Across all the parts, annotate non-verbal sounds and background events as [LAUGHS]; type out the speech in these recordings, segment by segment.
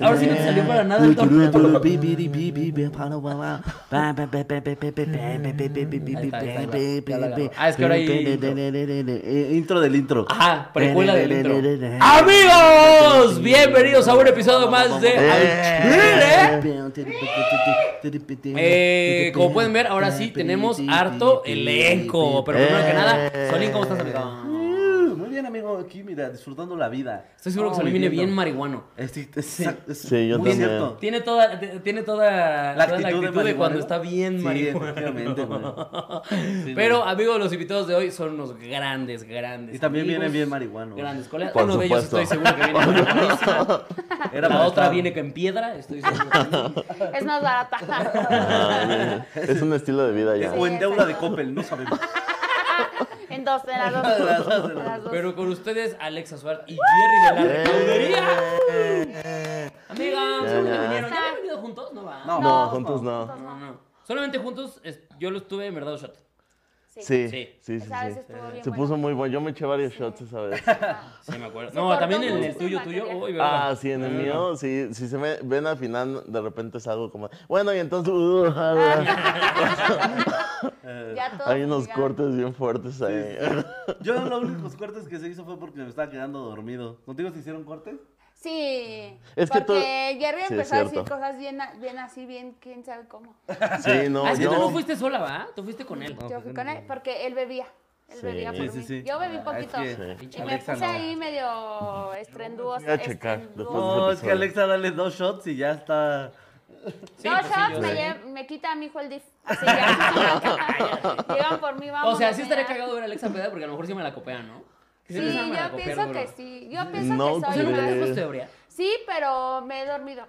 Ahora sí no te salió para nada el tono. Ah, es que ahora hay Intro del intro. Ajá, precuela del intro. Amigos, bienvenidos a un episodio más de Al Chile. Eh, como pueden ver, ahora sí eh, tenemos harto elenco. Pero primero que nada, Solín, ¿cómo estás, amigo? eh, Muy bien, amigo, aquí, mira, disfrutando la vida. Estoy seguro que Solín viene bien marihuano. Sí, Muy cierto. Tiene toda, t- tiene toda La toda actitud de de, marihuana. cuando está bien Sí, marihuana. efectivamente, güey. Sí, Pero, güey. amigos, los invitados de hoy son unos grandes, grandes. Y también amigos, vienen bien marihuanos. Grandes colegas. Por Uno de ellos supuesto. estoy seguro que [LAUGHS] viene con camisa. Era La para otra estar- viene en piedra, estoy [LAUGHS] seguro. Es más barata. [LAUGHS] Ah, es un estilo de vida ya. O en deuda de Coppel, no [LAUGHS] sabemos. En dos, de las dos. De las dos. Pero con ustedes, Alexa Suárez y Jerry de la [LAUGHS] Recaudería. Amiga, Ya, ¿seguro que ya. vinieron? ¿Ya han venido juntos? No va. No. No, juntos no. No, no. Solamente juntos, es- yo los tuve en verdad shot. Sí, Sí. sí, sí. Esa vez sí. estuvo bien Se buena. puso muy bueno. Yo me eché varios shots esa [LAUGHS] vez. Sí, me acuerdo. Se No, cortó también en mucho el tuyo, tuyo. material. uy, verdad. Ah, sí, en el mío, sí, si se me ven al final, de repente es algo como, bueno, y entonces, uh, [LAUGHS] ah, ah. Ya todos hay unos llegaron. cortes bien fuertes ahí. Yo los únicos cortes que se hizo fue porque me estaba quedando dormido. ¿Contigo se hicieron cortes? Sí. Es que porque todo- Jerry Sí, es empezó a decir cierto. cosas bien, bien así, bien quién sabe cómo. [LAUGHS] Sí, no, Ah, es que tú no yo, fuiste sola, ¿va? Tú fuiste con él. pues Yo fui con él porque él bebía. Él Sí. bebía por Sí, sí, mí. sí. Yo bebí Ah, es poquito. que- Y me Alexa puse no. ahí medio estrenduosa. Voy a checar Pues, después de ese estrenduosa. No, es que episodio. Alexa dale dos shots y ya está. Sí, Dos pues sí, shots yo me, sé. lle- me quita a mi hijo el dif. Así [LAUGHS] ya. Llegan por mí, vamos. O sea, sí estaría cagado ver a Alexa peda porque a lo mejor sí me la copea, ¿no? Que Sí, siempre se me la yo copea, pienso bro. que sí. Yo pienso No que O soy sea, creo. nunca te has más. puesto ebria. Sí, pero me he dormido.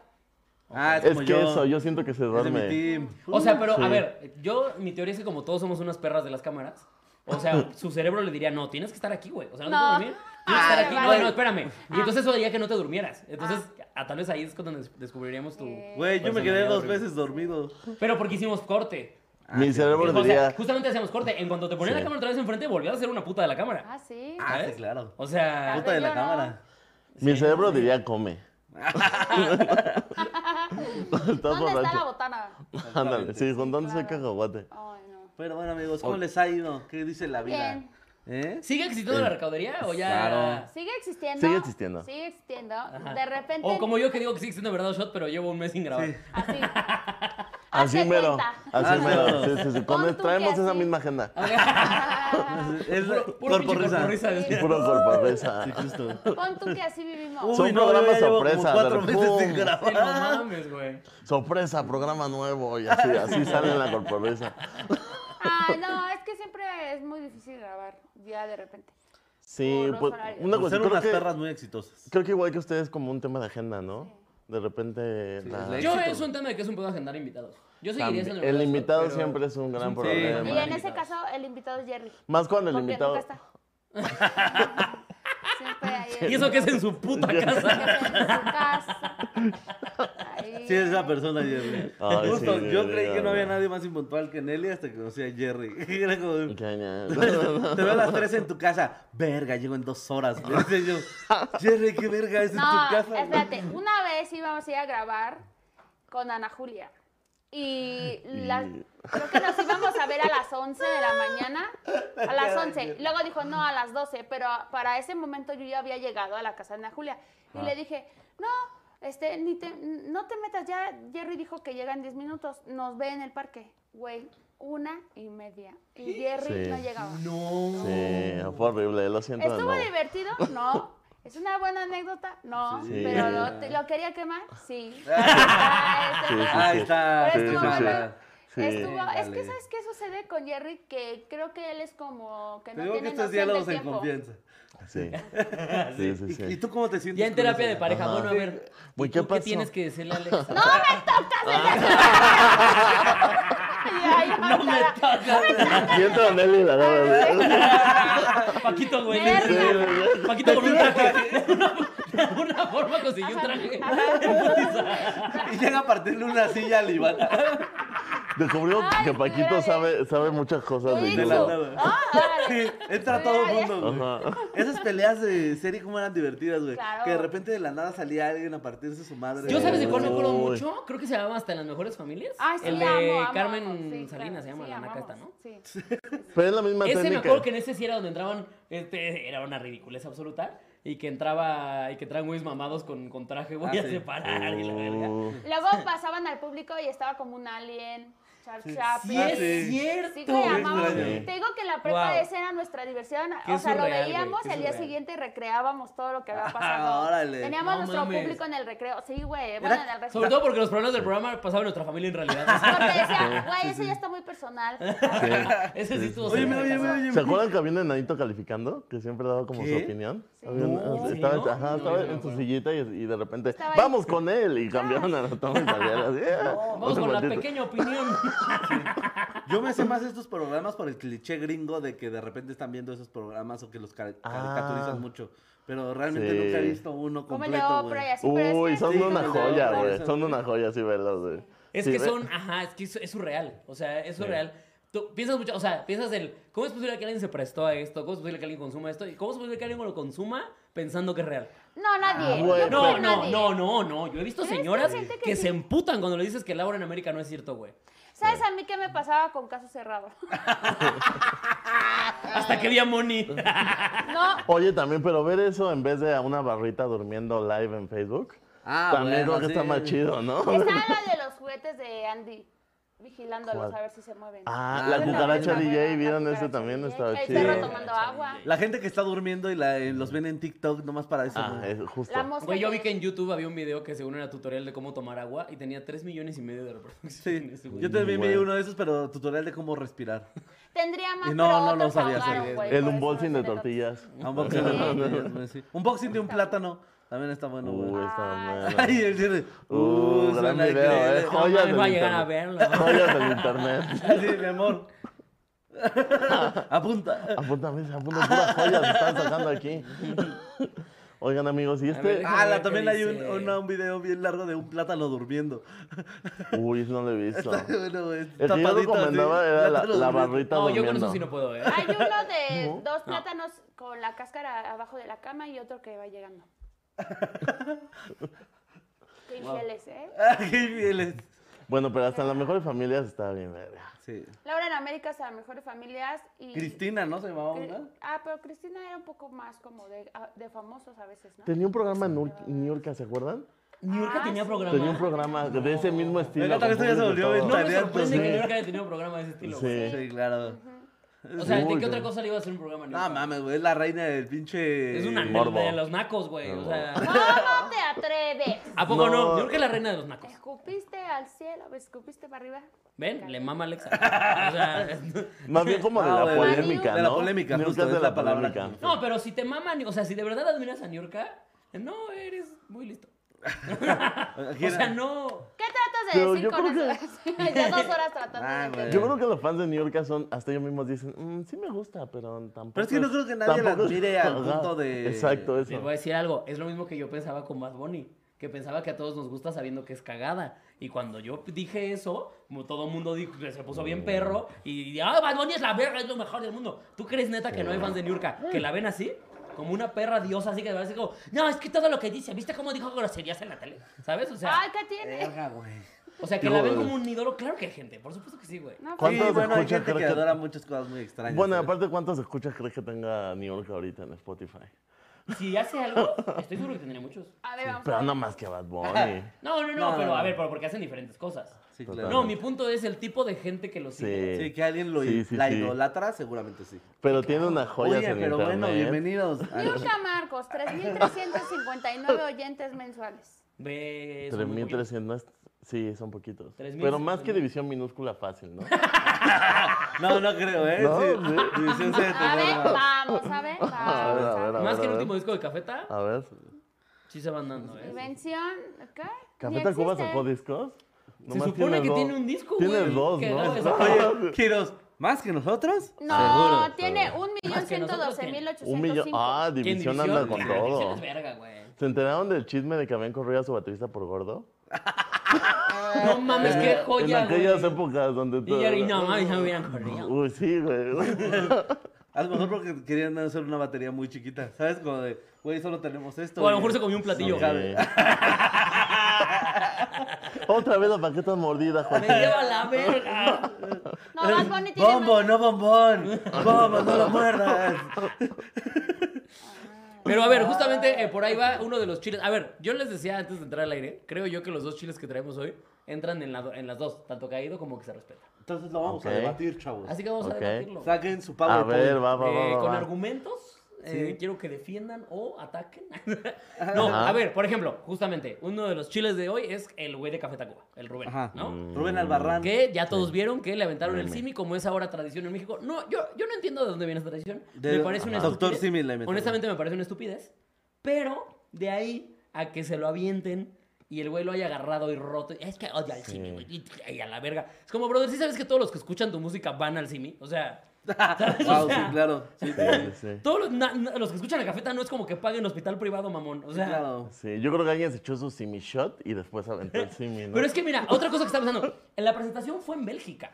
Ah, es que eso, yo siento que se Es de mi duerme. team. O sea, pero a Sí. ver, yo, mi teoría es que como todos somos unas perras de las cámaras, o [LAUGHS] sea, su cerebro le diría, no, tienes que estar aquí, güey. O sea, no, No. te puedes dormir. Tienes que Ah, estar aquí. vale. No, no, espérame. Y entonces eso diría que no te durmieras. Entonces, a, tal vez ahí es cuando des- descubriríamos tu. Güey, yo me quedé dos veces dormido. Pero porque hicimos corte. Mi cerebro Ah, O sea, diría, justamente hacíamos corte. En cuanto te ponías la cámara otra vez enfrente, volvías a ser una puta de la cámara. Ah, sí. Ah, ¿Sabes? sí, claro. O sea, Puta de la yo no. cámara. mi cerebro diría, [LAUGHS] come. [LAUGHS] Cuando Estás ¿Dónde está la borracho. botana? Ándale, sí, ¿con dónde está el claro. cacahuate? Ay, no. Pero bueno, amigos, ¿cómo les ha ido? ¿Qué dice la vida? Bien. ¿Eh? ¿sigue existiendo la recaudería o ya? Claro. Sigue existiendo. Sigue existiendo. Sigue existiendo. De repente. O como yo que digo que sigue siendo verdad shot, pero llevo un mes sin grabar. Sí. [LAUGHS] Así Así. Hazte mero, cuenta. así Ah, mero. no. Sí, sí, sí. Pon Con- tú que Traemos esa así. misma agenda. Es Puro, puro cuerpo pinche risa. corporrisa, Y decía. puro corporreza. Sí, justo. Pon tú que así vivimos. Uy, Son no, yo programas ya llevo como sorpresa, Cuatro de meses sin pum. Sí, no grabar. mames, güey. Sorpresa, programa nuevo y [LAUGHS] así, así sale la corporeza. Ah, no, es que siempre es muy difícil grabar. Ya de repente. Sí, Por los pues horarios. una cosa, Ser creo unas que, perras muy exitosas. creo que igual que ustedes como un tema de agenda, ¿no? De repente la- es la- Yo Éxito. es un tema de que es un pedo agendar invitados. Yo seguiría también- siendo el verdad, invitado pero- siempre es un gran un tema. problema. Y Sí. en ese caso, el invitado es Jerry. Más cuando el Porque invitado nunca está. [LAUGHS] Siempre ahí. [LAUGHS] Y eso que es en su puta en casa. su casa. Ahí. Sí, es la persona, Jerry. Ay, Justo, sí, yo de creí que verdad. no había nadie más impuntual que Nelly hasta que conocí a Jerry. [LAUGHS] Era [LAUGHS] como, que añade. Te veo a las 3 en tu casa. Verga, llego en dos horas. güey. [LAUGHS] Dice yo, Jerry, qué verga es en No, tu casa. güey?" [LAUGHS] espérate. Una vez íbamos a ir a grabar con Ana Julia. Y la- Y- creo que nos íbamos a ver a las 11 de la mañana. A las 11. Y Luego dijo, no, a las 12. Pero para ese momento yo ya había llegado a la casa de Ana Julia. Y le dije, no, este, ni te, no te metas. Ya Jerry dijo que llega en 10 minutos. Nos ve en el parque. Güey, una y media. Y Jerry Sí. no llegaba. No. Sí, fue horrible, lo siento. de ¿Estuvo nuevo. divertido? No. ¿Es una buena anécdota? No. Sí. ¿Pero Sí. lo, te- lo quería quemar? [LAUGHS] Sí. Sí, sí, Ah, Ahí sí. está. Pero sí, estuvo sí, sí. bueno. Sí. Estuvo, es Dale. que ¿sabes qué sucede con Jerry? Que creo que él es como que Te no digo que tiene estos noción del diálogos en tiempo. confianza. [LAUGHS] Sí. Sí, sí, ¿Y, y sí. tú cómo te sientes? Ya en con terapia eso? de pareja. Ajá. Bueno, a ver. Güey, ¿y ¿qué [LAUGHS] tú pasó? tienes que decirle a Alexa? Ah. [LAUGHS] ¡No me tocas! Ay, ay, [LAUGHS] No me cara. toques. Siento a Nelly la daba. Paquito, güey. Verga. Paquito con un [LAUGHS] traje. De una, de alguna forma consiguió un traje. [LAUGHS] Y llega a partirle una silla [LAUGHS] al Iván. Descubrimos Ay, que Paquito güey. sabe, sabe muchas cosas de Oye, De la su- YouTube. nada. Ah, órale. Sí, entra todo el mundo, güey. Ajá. Esas peleas de serie, cómo eran divertidas, güey. Claro. Que de repente de la nada salía alguien a partirse su madre. Yo sabes de Uy. cuál me acuerdo mucho, creo que se llamaba hasta en las mejores familias. Ay, sí, el de amo, amo, Carmen amo. Sí, Salinas claro. se llama Sí, la amamos. nacata, ¿no? Sí. Pero es la misma Ese me técnica. acuerdo que en ese sí era donde entraban, este, era una ridiculez absoluta. Y que entraba, y que entraban güeyes mamados con, con traje, voy Ah, a sí. separar y la verga. Oh. Luego pasaban al público y estaba como un alien, Charles Chaplin. Sí, Ah, es sí. Sí, cierto. güey, Qué amamos. extraño. Te digo que la prepa Wow. esa era nuestra diversión. Qué o sea, lo surreal, güey, veíamos qué y al día surreal. Ah, siguiente recreábamos todo lo que había pasado. órale. Teníamos No nuestro mames. público en el recreo. Sí, güey. Bueno, en el recreo. Sobre todo porque los problemas del programa pasaban en nuestra familia en realidad. [LAUGHS] Porque decía, güey, eso ya está muy personal. [LAUGHS] Ese sí estuvo Oye, cerca mira, de oye, casa. oye, oye. ¿Se acuerdan que había un enanito calificando? Que siempre daba como ¿Qué? su opinión. Sí. Había un- No. ¿Sí, estaba no? ajá, estaba No, yo no me en su acuerdo. sillita y, y de repente, Estaba ahí. ¡vamos con él! Y cambiaron a la [LAUGHS] toma y salía así, ¡eh! Vamos Otro con la patito. pequeña opinión. Yo me sé más estos programas por el cliché gringo de que de repente están viendo esos programas o que los cari- Ah. caricaturizan mucho. Pero realmente Sí. nunca he visto uno Como el completo, de Oprah y güey. así. pero Uy, es que- son sí, una no, joya, no, güey. eso, Son güey. una joya, sí, verdad, güey. Es Sí, que ve- son, ajá, es que es, es surreal. O sea, es surreal. Tú piensas mucho, o sea, piensas el, ¿cómo es posible que alguien se prestó a esto? ¿Cómo es posible que alguien consuma esto? ¿Y cómo es posible que alguien lo consuma pensando que es real? No, nadie. bueno. Yo creo No, que no, nadie. no, no, no. Yo he visto Pero es que señoras hay gente que que sí. se emputan cuando le dices que Laura en América no es cierto, güey. ¿Sabes a mí qué me pasaba con caso cerrado? Ah. Hasta que vi a Moni. [LAUGHS] [LAUGHS] No, Oye, también, pero ver eso en vez de a una barrita durmiendo live en Facebook, Ah, también bueno, creo que sí. está más chido, ¿no? Está la de los juguetes de Andy, vigilándolos ¿Cuál? a ver si se mueven. Ah, Ah, la Esa cucaracha está buena, DJ, la ¿vieron cucaracha ese también? DJ. Estaba El chido. perro tomando agua. La gente que está durmiendo y la- eh, los ven en TikTok nomás para eso. Ah, güey. es justo. La mosca. Güey, yo vi que en YouTube había un video que según era tutorial de cómo tomar agua y tenía 3 millones y medio de Sí, reproducciones, güey. yo también vi Bueno. uno de esos, pero tutorial de [LAUGHS] cómo respirar. Tendría más, Y no, pero no, no otros sabía hacer ahogaron, eso. güey, El por eso unboxing no de se le notó. tortillas. [LAUGHS] Unboxing de tortillas, güey, sí. Unboxing de un plátano. También está bueno, Uy, Ah, [LAUGHS] güey. está bueno. Ay, el cierre. Uh, gran suena video, increíble. eh. No, Joyas mames, del voy a llegar a internet. verlo. Joyas del [LAUGHS] internet. [LAUGHS] Sí, mi amor. Apunta. Apúntame, apúntame puras joyas están sacando [LAUGHS] aquí. Oigan, amigos, y A ver, este. Ah, la- ver qué también hay un, dice. una- un video bien largo de un plátano durmiendo. [LAUGHS] Uy, eso no lo he visto. Está bueno, güey, El que yo tapadito así, recomendaba era la, plátano la durmiendo. barrita No, yo con durmiendo. eso sí no puedo, ¿eh? Hay uno [LAUGHS] de dos plátanos con la cáscara abajo de la cama y otro que va [LAUGHS] llegando. Qué infieles, ¿eh? [LAUGHS] Ah, qué fieles. Bueno, pero hasta en las mejores familias está bien, verga. Sí. Laura en América es a las mejores familias y... Cristina, ¿no se llamaba Cri- una? Ah, pero Cristina era un poco más como de, ah, de famosos a veces, ¿no? Tenía un programa en Ur- Niurka, ¿se acuerdan? New York Ah, tenía sí. programa. Tenía un programa de ese mismo estilo. Oiga, tal vez con esto ya se público volvió y No todo. me Italiano, sorprende sí. que New York haya tenido un programa de ese estilo. güey. Sí. Sí, claro. O sea, ¿de Uy, qué otra güey. cosa le iba a hacer un programa? New No York? mames, güey, es la reina del pinche. Es una Morbo. de los nacos, güey. O sea, ¿Cómo te atreves? ¿a poco no? No. New York es la reina de los nacos. Escupiste al cielo, escupiste para arriba. ¿Ven? Le mama a Alexa. O sea, [LAUGHS] Más bien como de Ah, la de- polémica, ¿no? de la polémica, Niurka justo, es de es la la palabra. polémica. no, pero si te mama, o sea, si de verdad admiras a New York, no, eres muy listo. O Aquí sea, era- no. ¿Qué tratas de Pero decir yo con creo eso? [LAUGHS] ya dos horas tratando Ah, de güey. entender. Yo creo que los fans de Niurka son, hasta ellos mismos dicen, "Mm, sí me gusta, pero tampoco. Pero es que no creo que nadie la tampoco es- admire al [LAUGHS] Ajá, punto de- Exacto, Les eso. voy a decir algo. Es lo mismo que yo pensaba con Bad Bunny. Que pensaba que a todos nos gusta sabiendo que es cagada. Y cuando yo dije eso, como todo el mundo dijo, se puso bien perro. Y ah, Bad Bunny es la verga, es lo mejor del mundo. ¿Tú crees neta que no hay fans de Niurka que la ven así? Como una perra diosa, así que parece como, no, es que todo lo que dice, ¿viste cómo dijo groserías en la tele? ¿Sabes? O Ay, sea, ¿qué Eh, tiene? Verga, güey. o sea que la ven Joder. como un ídolo. Claro que hay gente, por supuesto que sí, güey. No, ¿Cuántos Sí, bueno, hay escuchan? gente que Creo que- adora muchas cosas muy extrañas. Bueno, güey. aparte, ¿cuántos escuchas crees que tenga Niurka ahorita en Spotify? Si hace algo, estoy seguro que tendría muchos. A ver, vamos. Pero no más que Bad Bunny. No, no, no, No, no, pero no. a ver, pero porque hacen diferentes cosas. Sí, Total. claro. No, mi punto es el tipo de gente que lo sigue. Sí. Sí, que alguien lo Sí, sí, la sí. idolatra, seguramente sí. Pero tiene unas joyas Oye, en pero internet. bueno, bienvenidos. a los- Nunca Marcos, 3.359 oyentes mensuales. Ve, son muy poquitos. 3.300, sí, son poquitos. 3,000, Pero más que 3,000. división minúscula fácil, [LAUGHS] ¿no? No, no creo, ¿eh? No, sí. sí. División Z, A ver, ¿verdad? vamos, a ver, vamos. A ver, a ver, a ver, Más que el a ver. último disco de Cafeta, A ver. sí se van dando, ¿eh? Invención, ¿qué? Ni ¿Café Tacuba existe. sacó discos? Se Nomás tienes supone que dos. tiene un disco, güey. Tienes dos, que ¿no? acaba de Dos. sacar. Oye, Kiros, ¿más que nosotros? No, Seguro. tiene un millón Más que ciento nosotros doce mil ochocientos Un millón. cinco. Ah, ¿Quién División anda con Claro, División todo. es verga, güey. ¿Se enteraron del chisme de que habían corrido a su baterista por gordo? No mames, qué joya, en aquellas güey. épocas donde Y ya- y no mames, ya me hubieran corrido. Uy, sí, [LAUGHS] güey. A lo mejor porque querían hacer una batería muy chiquita. ¿Sabes? Como de, güey, solo tenemos esto. O a lo güey. mejor se comió un platillo. No, Sí. [LAUGHS] [LAUGHS] Otra vez la paqueta mordida, Me Joaquín. lleva la verga. No, más Bunny tiene Bombo, más... no [LAUGHS] bombón. Bombo, no lo muerdas. Pero a ver, justamente eh, por ahí va uno de los chiles. A ver, yo les decía antes de entrar al aire, creo yo que los dos chiles que traemos hoy entran en, la do- en las dos, tanto caído como que se respeta. Entonces lo vamos Ok. a debatir, chavos. Así que vamos Ok. a debatirlo. Saquen su A PowerPoint. ver, va, va, Eh, va, con va, va. argumentos. eh, quiero que defiendan o ataquen. [LAUGHS] no, Ajá. a ver, por ejemplo, justamente, uno de los chiles de hoy es el güey de Café Tacuba, el Rubén, Ajá. ¿no? Mm. Rubén Albarrán. Que ya todos vieron que le aventaron el Meme. simi, como es ahora tradición en México. No, yo, yo no entiendo de dónde viene esta tradición. De- me parece una ajá. Doctor estupidez. Simi la inventó. Honestamente me parece una estupidez. Pero de ahí a que se lo avienten y el güey lo haya agarrado y roto. Es que odia al simi, güey. Y- Y a la verga. Es como, brother, ¿sí sabes que todos los que escuchan tu música van al simi? O sea, ¿sabes? [LAUGHS] O Wow, sí, sea, claro. Sí, sí, Sí, sí. Todos los, na- na- los que escuchan la cafeta no es como que paguen hospital privado, mamón. O sea, claro. Sí, yo creo que alguien se echó su simi shot y después aventó el simi, ¿no? Pero es que mira, otra cosa que está pasando. En la presentación fue en Bélgica.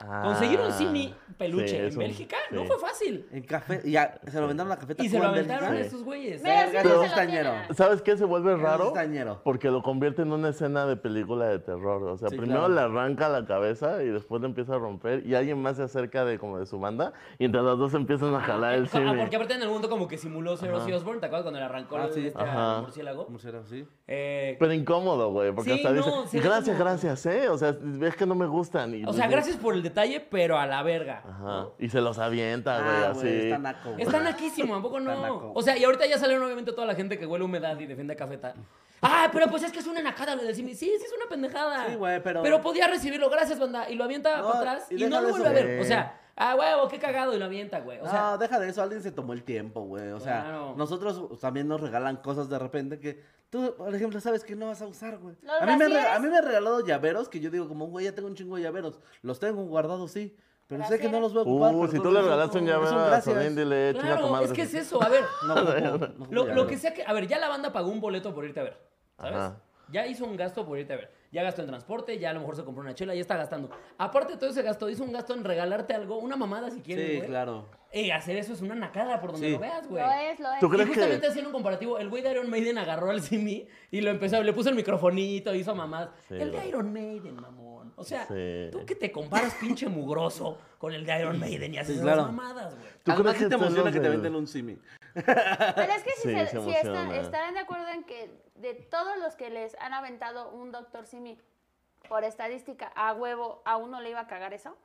Ah, Conseguir un simi peluche sí, es en un- Bélgica no sí. fue fácil. En café. y Ya, se lo aventaron a café. Y se lo Tacuba en aventaron a Bélgica. esos güeyes. Mira, sí, Verga, no se qué lo tañero. tienen. ¿Sabes qué se vuelve raro? dañero. Porque lo convierte en una escena de película de terror. O sea, Sí, primero claro. le arranca la cabeza y después le empieza a romper y alguien más se acerca de como de su banda y entre los dos empiezan a jalar el [LAUGHS] Ah, simi. porque aparte en el mundo como que simuló Cero Osborne, ¿te acuerdas cuando le arrancó Ah, el- sí. este Ajá. Pues, murciélago? ¿Cómo será? Sí. Eh, Pero incómodo, güey, porque Sí, hasta no, dice, se ve gracias, como- gracias, ¿eh? O sea, ves que no me gustan. Y o sea, gracias por el detalle, pero a la verga. Ajá, y se los avienta, güey, Ah, así. güey, está naco. güey. Está naquísimo, ¿a poco Está no? naco. O sea, y ahorita ya salieron obviamente toda la gente que huele a humedad y defiende a cafeta. Ah, pero pues es que es una nacada, le decimos. Sí, sí, es una pendejada. Sí, güey, pero- Pero podía recibirlo, gracias, banda. Y lo avienta No, para atrás y y, no deja lo de vuelve a eso. ver. O sea, ah, huevo, qué cagado, y lo avienta, güey. O sea, no, deja de eso, alguien se tomó el tiempo, güey. O sea, Claro. nosotros también nos regalan cosas de repente que tú, por ejemplo, sabes que no vas a usar, güey. ¿Los A mí, me han re- brasieres? a mí me han regalado llaveros que yo digo, como, güey, ya tengo un chingo de llaveros. Los tengo guardados, sí, pero sé que no ¿Brasieres? los voy a ocupar. Uh, pero si tú todos le son regalaste un como- llavero son a gracias. Solín, dile, chinga tu claro, madre. es que es eso. A ver, No, ocupo, no ocupo Lo, lo llaveros. que sea que. A ver, ya la banda pagó un boleto por irte a ver. ¿Sabes? Ajá. Ya hizo un gasto por irte a ver. Ya gastó en transporte, ya a lo mejor se compró una chela, ya está gastando. Aparte de todo ese gasto, hizo un gasto en regalarte algo, una mamada si quieres. Sí, güey. claro. Eh, hacer eso es una nacada por donde Sí. lo veas, güey. Lo es, lo es. ¿Tú Y crees justamente que.? haciendo un comparativo, el güey de Iron Maiden agarró al Simi y lo empezó, le puso el microfonito, hizo mamás. Sí, el de güey. Iron Maiden, mamón. O sea, Sí. tú que te comparas pinche mugroso con el de Iron Maiden y haces Sí, esas claro. mamadas, güey. ¿Tú Además, crees sí que te son emociona los que te del- venden un simi. Pero es que [LAUGHS] si, Sí, se- se si están- emociona. estarán de acuerdo en que de todos los que les han aventado un doctor Simi por estadística a huevo, a uno le iba a cagar eso.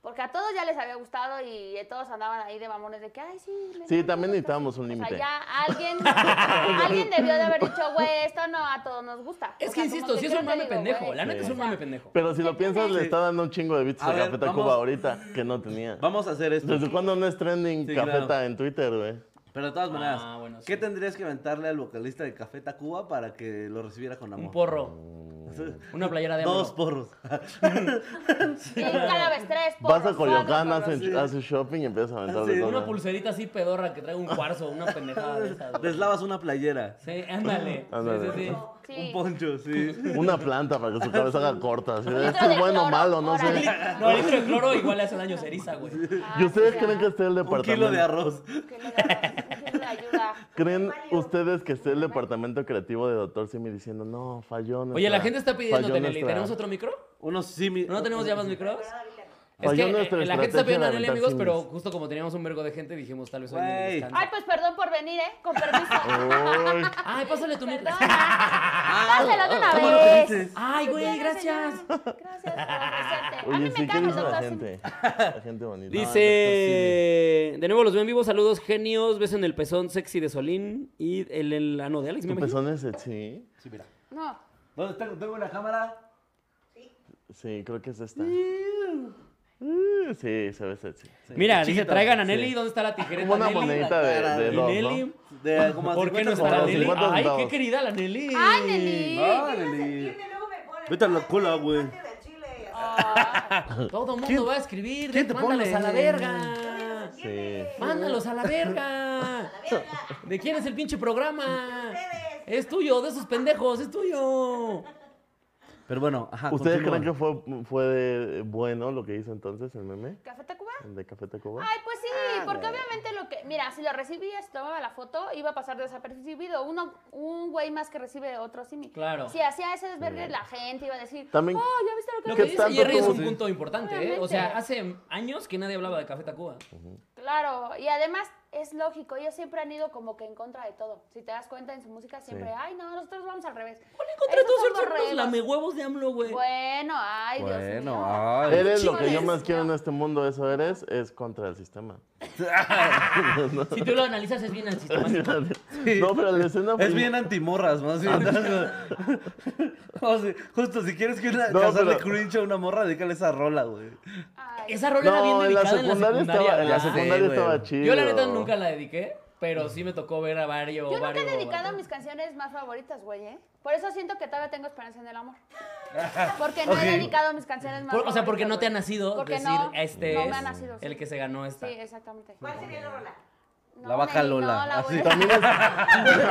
Porque a todos ya les había gustado y todos andaban ahí de mamones de que, ay, sí. le Sí, dan también un Dr. necesitábamos Simi". un O sea, límite. ya [LAUGHS] alguien, alguien debió de haber dicho, güey, esto no a todos nos gusta. Es O que sea, como insisto, sí es creo un que mame digo, pendejo. güey, La neta es un mame pendejo. Pero si lo piensas, le Sí. está dando un chingo de bits A a, ver, Cafeta vamos- Cuba ahorita, que no tenía. Vamos a hacer esto. ¿Desde cuándo no es trending Sí, Cafeta claro. en Twitter, güey? Pero de todas maneras, Ah, bueno, sí. ¿qué tendrías que aventarle al vocalista de Café Tacuba para que lo recibiera con amor? Un porro, una playera de Dos AMLO. porros. Y [LAUGHS] cada vez tres. Vas a porros, Coyoacán, cuatro porros. haces haces shopping y empiezas a aventar Sí, de Una todo. pulserita así pedorra que trae un cuarzo, una pendejada de esas. güey. Deslavas una playera. Sí, ándale. Ándale. Sí, sí, sí. Sí. Un poncho, sí. Una planta para que [LAUGHS] su cabeza haga corta. así de, litro Esto de es bueno o cloro, malo, no sé. órale. No, el litro de cloro igual le hace daño a ceriza, güey. Ah, ¿Y ustedes sí, creen ah. que esté el [LAUGHS] Un kilo de departamento? arroz. Que le da- que le ayuda. ¿Creen ustedes que esté el departamento creativo de Doctor Simi diciendo, no, falló Oye, la nuestra- gente está pidiendo, falló Nelly. nuestra- ¿Tenemos otro micro? Unos simi. ¿No tenemos ya más micros? Es Falló que eh, nuestra la gente está estrategia de pidiendo a Nelly, aventar amigos, pero singles. justo como teníamos un vergo de gente, dijimos tal vez hoy Güey. Nelly Ay, descansa. pues perdón por venir, ¿eh? Con [LAUGHS] Oh, permiso. Ay, Ay, pásale tu micro. Perdona. Dáselo de ¿Cómo lo una pediste? vez. [LAUGHS] Ay, güey, Sí, gracias. [LAUGHS] Gracias por ofrecerte. [LAUGHS] A mí Oye, me sí, ¿qué caga el dice la doctor Simi. gente? La gente bonita. Dice, de nuevo los veo en vivo, saludos genios, beso en el pezón sexy de Solín y el, el ano de Alex, me ¿Tu imagino. pezón es sí? Sí, mira. No. ¿Dónde tengo, tengo una cámara? Sí, creo que es esta. Uh, Sí, se ve sexy. Mira, Chiquito. dice, traigan a Nelly, Sí. ¿dónde está la tijereta Como una Nelly? monedita de, de Y dos, Nelly, ¿no? De como a ¿por qué no 50 está la centavos, Nelly? 50 Ay, qué centavos. querida la Nelly. Ay, Nelly. No, Nelly. luego me pone Vete a la cola, güey. Ah, Todo mundo ¿Quién- va a escribir. quién de- te mándalos pone? a la verga. Sí. Mándalos a la verga. ¿De quién es el pinche programa? Es tuyo, de esos pendejos, es tuyo. Pero bueno, ajá. ¿Ustedes continúa. creen que fue, fue bueno lo que hizo entonces el meme? ¿Café Tacuba? El de Café Tacuba. Ay, pues sí, Ah, porque obviamente lo que. Mira, si lo recibías, tomaba la foto, iba a pasar desapercibido. Uno, un güey más que recibe otro símil. Claro. Si hacía ese desvergue, la gente iba a decir. También- Oh, ya viste lo que Lo le que ¿Qué dice tanto Jerry es tuvo? un Sí. punto importante, ¿eh? O sea, Obviamente. hace años que nadie hablaba de Café Tacuba. Claro, y además es lógico, ellos siempre han ido como que en contra de todo. Si te das cuenta en su música siempre, Sí. ay no, nosotros vamos al revés. ¿Cuál encontré Esos todos son estos hermanos borregos. lamehuevos de AMLO, güey? Bueno, ay, Dios mío. Bueno, ay. Eres lo que Chingones. yo más quiero en este mundo, eso eres, es contra el sistema. Si tú lo analizas, es bien [LAUGHS] ansistemático. No, pero la escena Es prim- bien antimorras, más bien. [LAUGHS] O sea, justo si quieres que una, No, causarle pero- cringe a una morra, dedícale esa rola, güey. [LAUGHS] Ay, Esa rola era bien No, en la dedicada en la secundaria estaba, en la ¿verdad? secundaria Sí, estaba güey. chido. Yo la neta nunca la dediqué, pero sí me tocó ver a varios. Yo nunca he varios- dedicado mis canciones más favoritas, güey, ¿eh? Por eso siento que todavía tengo esperanza en el [LAUGHS] amor. Porque no Ok. he dedicado mis canciones más Por- o sea, porque favoritas, no te ha güey. nacido Porque decir, no, este no es me ha nacido, el sí. que se ganó esta. Sí, exactamente. ¿Cuál sería la rola? No, La vaca Nelly, no, Lola, la así. abuela.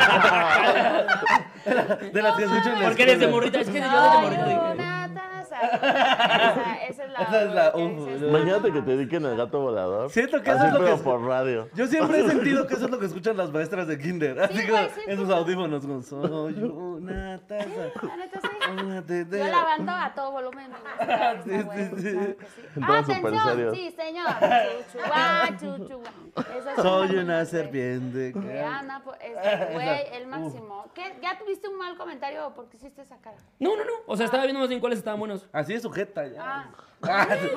De las que escucho en la Porque eres de escuela. morrita, es que yo desde Soy morrita dije. una taza. Esa esa es la. Esa es la- que uf, dices, yo- Imagínate que "Ah". te dediquen el gato volador. Siento que así, eso es lo pero que- por radio. Yo siempre he sentido que eso es lo que escuchan las maestras de kinder. Así Sí, que güey, sí, en sus justo. audífonos con soy una taza. La neta, [LAUGHS] sí. Una de, Yo la bando a todo volumen. [LAUGHS] mi música, Sí, güey, sí, sí. claro que Entonces, sí. súper Atención, serio. sí, señor. Chuchuá, chuchuá. Esa [LAUGHS] es Soy una sí. serpiente. que- Diana, pues, este, güey, el máximo. ¿Qué? ¿Ya tuviste un mal comentario porque hiciste esa cara? No, no, no. O sea, estaba viendo más bien cuáles estaban buenos. Así es sujeta ya. Ah. [LAUGHS]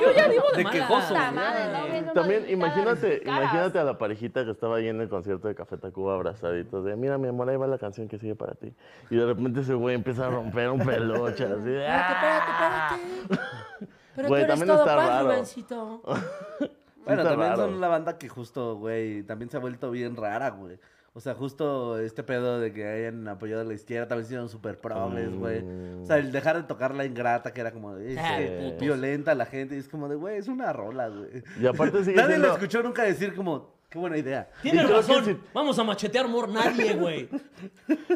Yo ya vivo de, de malas. quejoso. Puta madre, no viendo También unos invitados imagínate, en sus caras. imagínate a la parejita que estaba ahí en el concierto de Café Tacuba abrazaditos de mira mi amor, ahí va la canción que sigue para ti. Y de repente ese güey empieza a romper un [LAUGHS] peluche así de, "Ah". Güey, Pero tú eres también todo está paz, raro. Rubensito. Sí Bueno, está también raro. son la banda que justo, güey, también se ha vuelto bien rara, güey. O sea, justo este pedo de que hayan apoyado a la izquierda, también hicieron super progres, güey. O sea, el dejar de tocar la ingrata, que era como de, es Ah, que putos. violenta a la gente, y es como de, güey, es una rola, güey. Y aparte sigue Nadie lo siendo- escuchó nunca decir como, qué buena idea. Y Tienes creo que razón. si- Vamos a machetear mor nadie, güey.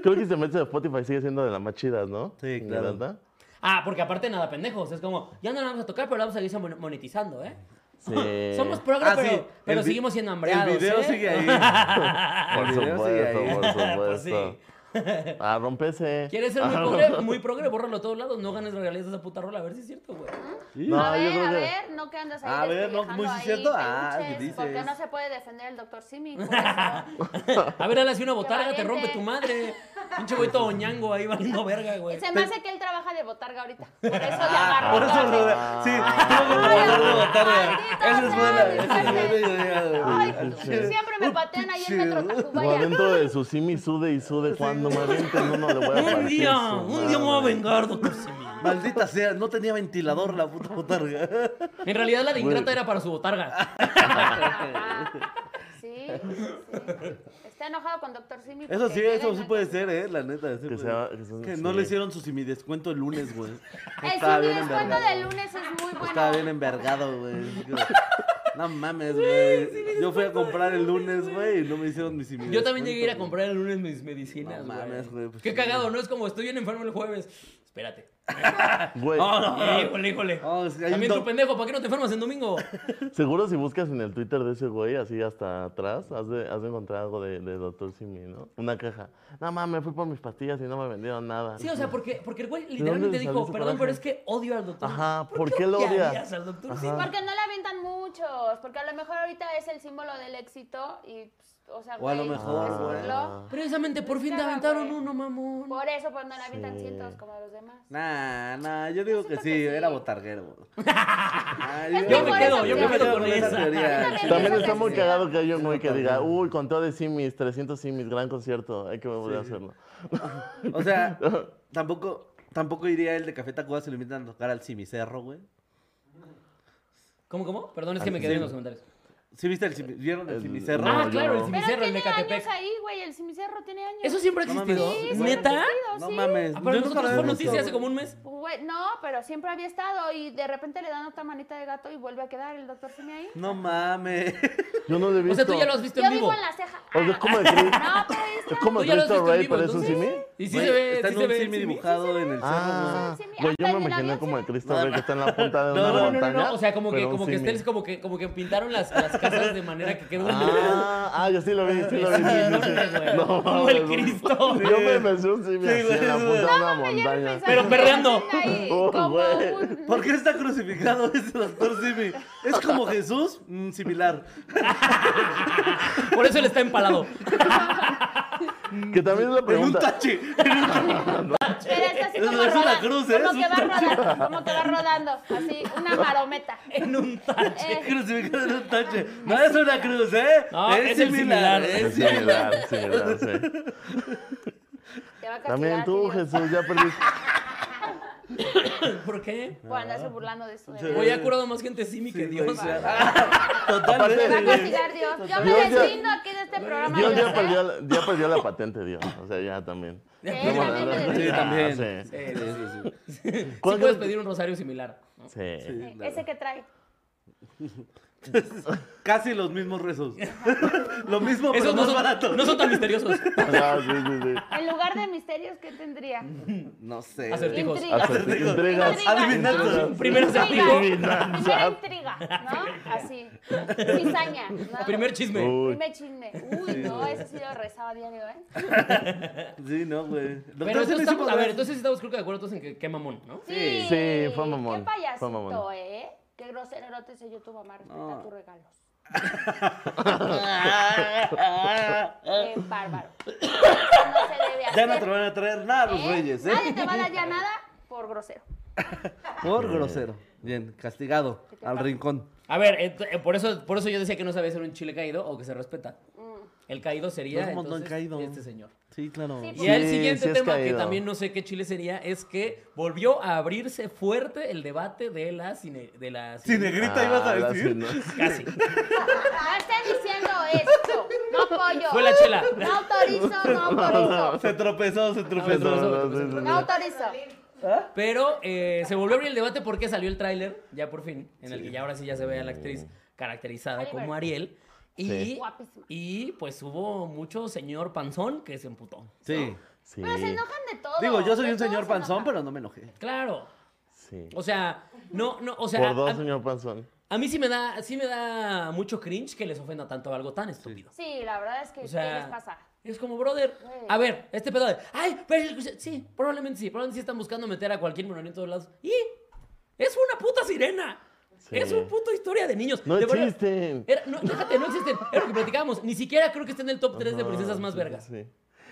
Creo que si te metes a Spotify sigue siendo de las más chidas, ¿no? Sí, claro. ¿Verdad? Ah, porque aparte nada pendejos. Es como, ya no la vamos a tocar, pero la vamos a seguir mon- monetizando, ¿eh? Sí. Somos progres, Ah, [LAUGHS] sí, pero, pero el vi- seguimos siendo hambreados. El video ¿eh? sigue ahí. Por ah, El video sigue supuesto, [LAUGHS] ahí. por [LAUGHS] Pues supuesto. sí. Ah, rompese. ¿Quieres ser muy [LAUGHS] progre? Muy progre, bórralo a todos lados. No ganes regalías de esa puta rola. A ver si es cierto, güey. [LAUGHS] No, a yo ver, creo a que- ver, no que andas ahí A ver, no, despellejando muy ahí cierto. Ah, ¿qué peluches, Porque dices? no se puede defender el doctor Simi. por eso. A ver, hazle así una botarga, te valiente. rompe tu madre. Pinche güey todo ñango ahí valiendo verga, güey. se me hace que él trabaja de botarga ahorita. Por eso ya agarró. Ah, Por eso, lo de- sí, tuvo que Ay, pasar de botarga. maldito Esa es buena, sea, esa es buena idea, güey. Ay, pues, siempre me patean ahí en Metro Por Tacubaya. dentro de su simi sude y sude cuando me avienten uno le voy a partir Un día, su un día me voy a madre. vengar, doctor Simi. Maldita sea, no tenía ventilador la puta botarga. [LAUGHS] En realidad la de Ingrata era para su botarga. Ah, Sí, sí. Está enojado con Doctor Simi. Eso porque sí, viene eso sí en puede alta- ser, eh, la neta. sí Que puede sea- ser. que son- Que no le sí. hicieron su simi descuento el lunes, güey. [LAUGHS] El Estaba Simi bien descuento envergado. del lunes es muy bueno. Estaba bien envergado, [LAUGHS] güey. Así que, No mames, güey. Yo fui a comprar el lunes, güey, y no me hicieron mi simi Yo también llegué a ir a descuento, comprar el lunes mis medicinas, No güey. mames, güey, pues Qué sí. cagado, ¿no? Es como estoy bien enfermo el jueves. Espérate. Güey, Híjole, híjole. No, es que hay un También doc- tu pendejo, ¿para qué no te enfermas en domingo? seguro si buscas en el Twitter de ese güey, así hasta atrás, has de, has de encontrar algo de, de Dr. Simi, ¿no? Una caja. No mames, fui por mis pastillas y no me vendieron nada. Sí, o sea, porque, porque el güey literalmente le salió dijo, ese perdón, coraje? pero es que odio al doctor. Ajá, ¿por qué lo odiarías odias? al doctor Ajá. Simi? Porque no le avientan muchos, porque a lo mejor ahorita es el símbolo del éxito y, pues, o sea, O a lo güey, mejor, se güey. burló. Precisamente por fin te Caga, aventaron güey. uno, mamón. Por eso, pues no le avientan Sí. cientos como a los demás. Nah, nah, yo digo que siento sí, que sí. era botarguero. [LAUGHS] Ah, Es Yo me mejor quedo, esa yo me teoría. quedo con esa. teoría. Yo También Eso está que muy sí. cagado que haya un güey que diga, uy, contó de simis, 300 simis, gran concierto, hay que volver a hacerlo. [LAUGHS] O sea, tampoco, tampoco iría el de Café Tacuba si lo invitan a tocar al simicerro, güey. ¿Cómo, cómo? Perdón, es que me quedé en los comentarios. ¿Sí viste el simi- ¿Vieron el El- simicerro? No, Ah, yo claro, el no. Pero cimicerro, el tiene Ecatepec. años ahí, güey, el cimicerro tiene años. Eso siempre ha No mames. existido. Sí, siempre ha ¿Neta? existido, No sí. mames. Ah, para yo nunca nosotros lo fue había noticia visto. hace como un mes. Güey, güey, no, pero siempre había estado y de repente le dan otra manita de gato y vuelve a quedar el doctor Simi ahí. No mames. Yo no lo he O visto. sea, tú ya lo has visto Yo en vivo. vivo en la ceja. Ah, O sea, ¿cómo decir? No, pero es Es como Tú ya lo has Cristo visto en Rey, vivo, pero es un entonces. simi. [LAUGHS] Y sí Güey, se ve, está sí en se un ve el simi simi. dibujado en el Ah, Sí, sí, sí, güey, yo hasta me en el imaginé avión como se el ve. Cristo Rey que está en la punta de una No, No, no, no, no, montaña. no, o sea, como que, pero un como que simi. estés como que, como que pintaron las, las casas de manera que quedó una Ah, ah, yo sí lo vi, sí lo vi. sí, sí, sí. güey. No, como el güey. Cristo. Yo me imaginé un simi Sí, así güey, en la es punta de una Yo montaña. pensaba Pero que perreando. [LAUGHS] estaba ahí, Oh, como güey. un- ¿Por qué está crucificado ese doctor Simi? ¿Es como Jesús? Mm, similar. Por eso él está empalado. Que también es la En un pregunta. tache. En un tache. Pero es así Es- como es una rodan- cruz, ¿eh? Como que Es va [LAUGHS] un rodando, como que va rodando, así, una marometa. En un [LAUGHS] tacho. Eh, Crucificado en un tache. No es una cruz, ¿eh? No, es el similar. Es Sí, similar. verdad, sí, verdad, sí. te va a castigar También a ti, tú, Dios, Jesús, ya [LAUGHS] perdiste. ¿Por qué? Por andarse burlando de eso. de Sí. verdad. Voy a curado más gente simi que Sí, güey, Dios. sí. [LAUGHS] Ah, Totalmente. Te va a güey. castigar Dios. Yo me Dios ya- deslindo aquí de este programa. Dios Dios, ya ¿eh? perdió, la- ya perdió la patente, Dios. O sea, ya también. Que Ya él perdió No, también no, me no, deslindo. Sí, Ah, también. Sí. Sí, sí, [LAUGHS] sí. Sí ¿Cuál puedes crees- pedir un rosario similar. ¿no? Sí. [LAUGHS] Sí. Eh, Ese que trae. Casi los mismos rezos. [LAUGHS] Lo mismo, pero Esos no más son, barato. no son [LAUGHS] tan misteriosos. O sea, Ah, sí, sí, sí. En lugar de misterios, ¿qué tendría? No sé. Acertijo. Hijos. Intriga. Acertijos, intrigas. Adivinanzas. ¿no? Primero Intriga. acertijo. Primero intriga, ¿no? Así. Cizaña. ¿no? Primer chisme. Uy. Primer chisme. Uy, no, ese sí lo rezaba diario, ¿eh? Sí, no, güey. Doctor Pero entonces Simi sí ¿eh? estamos, a podrá- ver, entonces estamos creo que de acuerdo todos en que qué mamón, ¿no? Sí. Sí, fue mamón, Qué fue payasito, mamón. ¿eh? Qué grosero no te enseñó tu mamá a respetar No. tus regalos. Qué [LAUGHS] [LAUGHS] bárbaro. No se debe hacer. Ya no te van a traer nada los ¿eh? reyes, Nadie te ¿eh? va a dar ya nada por grosero. Por grosero. Eh. Bien, castigado. ¿Qué te Al pasa? rincón. A ver, ent- eh, por eso, por eso yo decía que no sabía ser un chile caído o que se respeta. Mm. El caído sería No es un montón entonces, caído. este señor. Sí, claro. Sí, Y Sí, el siguiente sí es tema que caído. también no sé qué chile sería es que volvió a abrirse fuerte el debate de la cine, de la Si negrita ibas a Ah, la [LAUGHS] decir. cena. casi. pues, No estés diciendo esto. No pollo. Fue la chela. No [LAUGHS] autorizo, no autorizo. Se tropezó, se No, no, tropezó. no, no, no, no. No autorizo. Pero eh, se volvió a abrir el debate porque salió el tráiler, ya por fin, en el que ya ahora sí ya se ve a la actriz caracterizada Oliver. como Ariel. Y, Sí. Guapísima. y pues hubo mucho señor panzón que se emputó. Sí. Sí. Pero se enojan de todo. Digo, yo soy de un todo señor se panzón, enojan. pero no me enojé. Claro. Sí. O sea, no, no, o sea, Por dos, a- señor Panzón. A mí sí me da, sí me da mucho cringe que les ofenda tanto algo tan estúpido. Sí, la verdad es que O sea, ¿qué les pasa? Mm. Es como, brother, Güey. a ver, este pedo de, ay, pero el- sí, probablemente sí, probablemente sí están buscando meter a cualquier menor en todos lados. Y es una puta sirena. Sí. Es una puta historia de niños. No De verdad, existen. era- no, déjate, no existen. Era lo que platicábamos. Ni siquiera creo que esté en el top 3 de princesas más Sí, vergas. sí.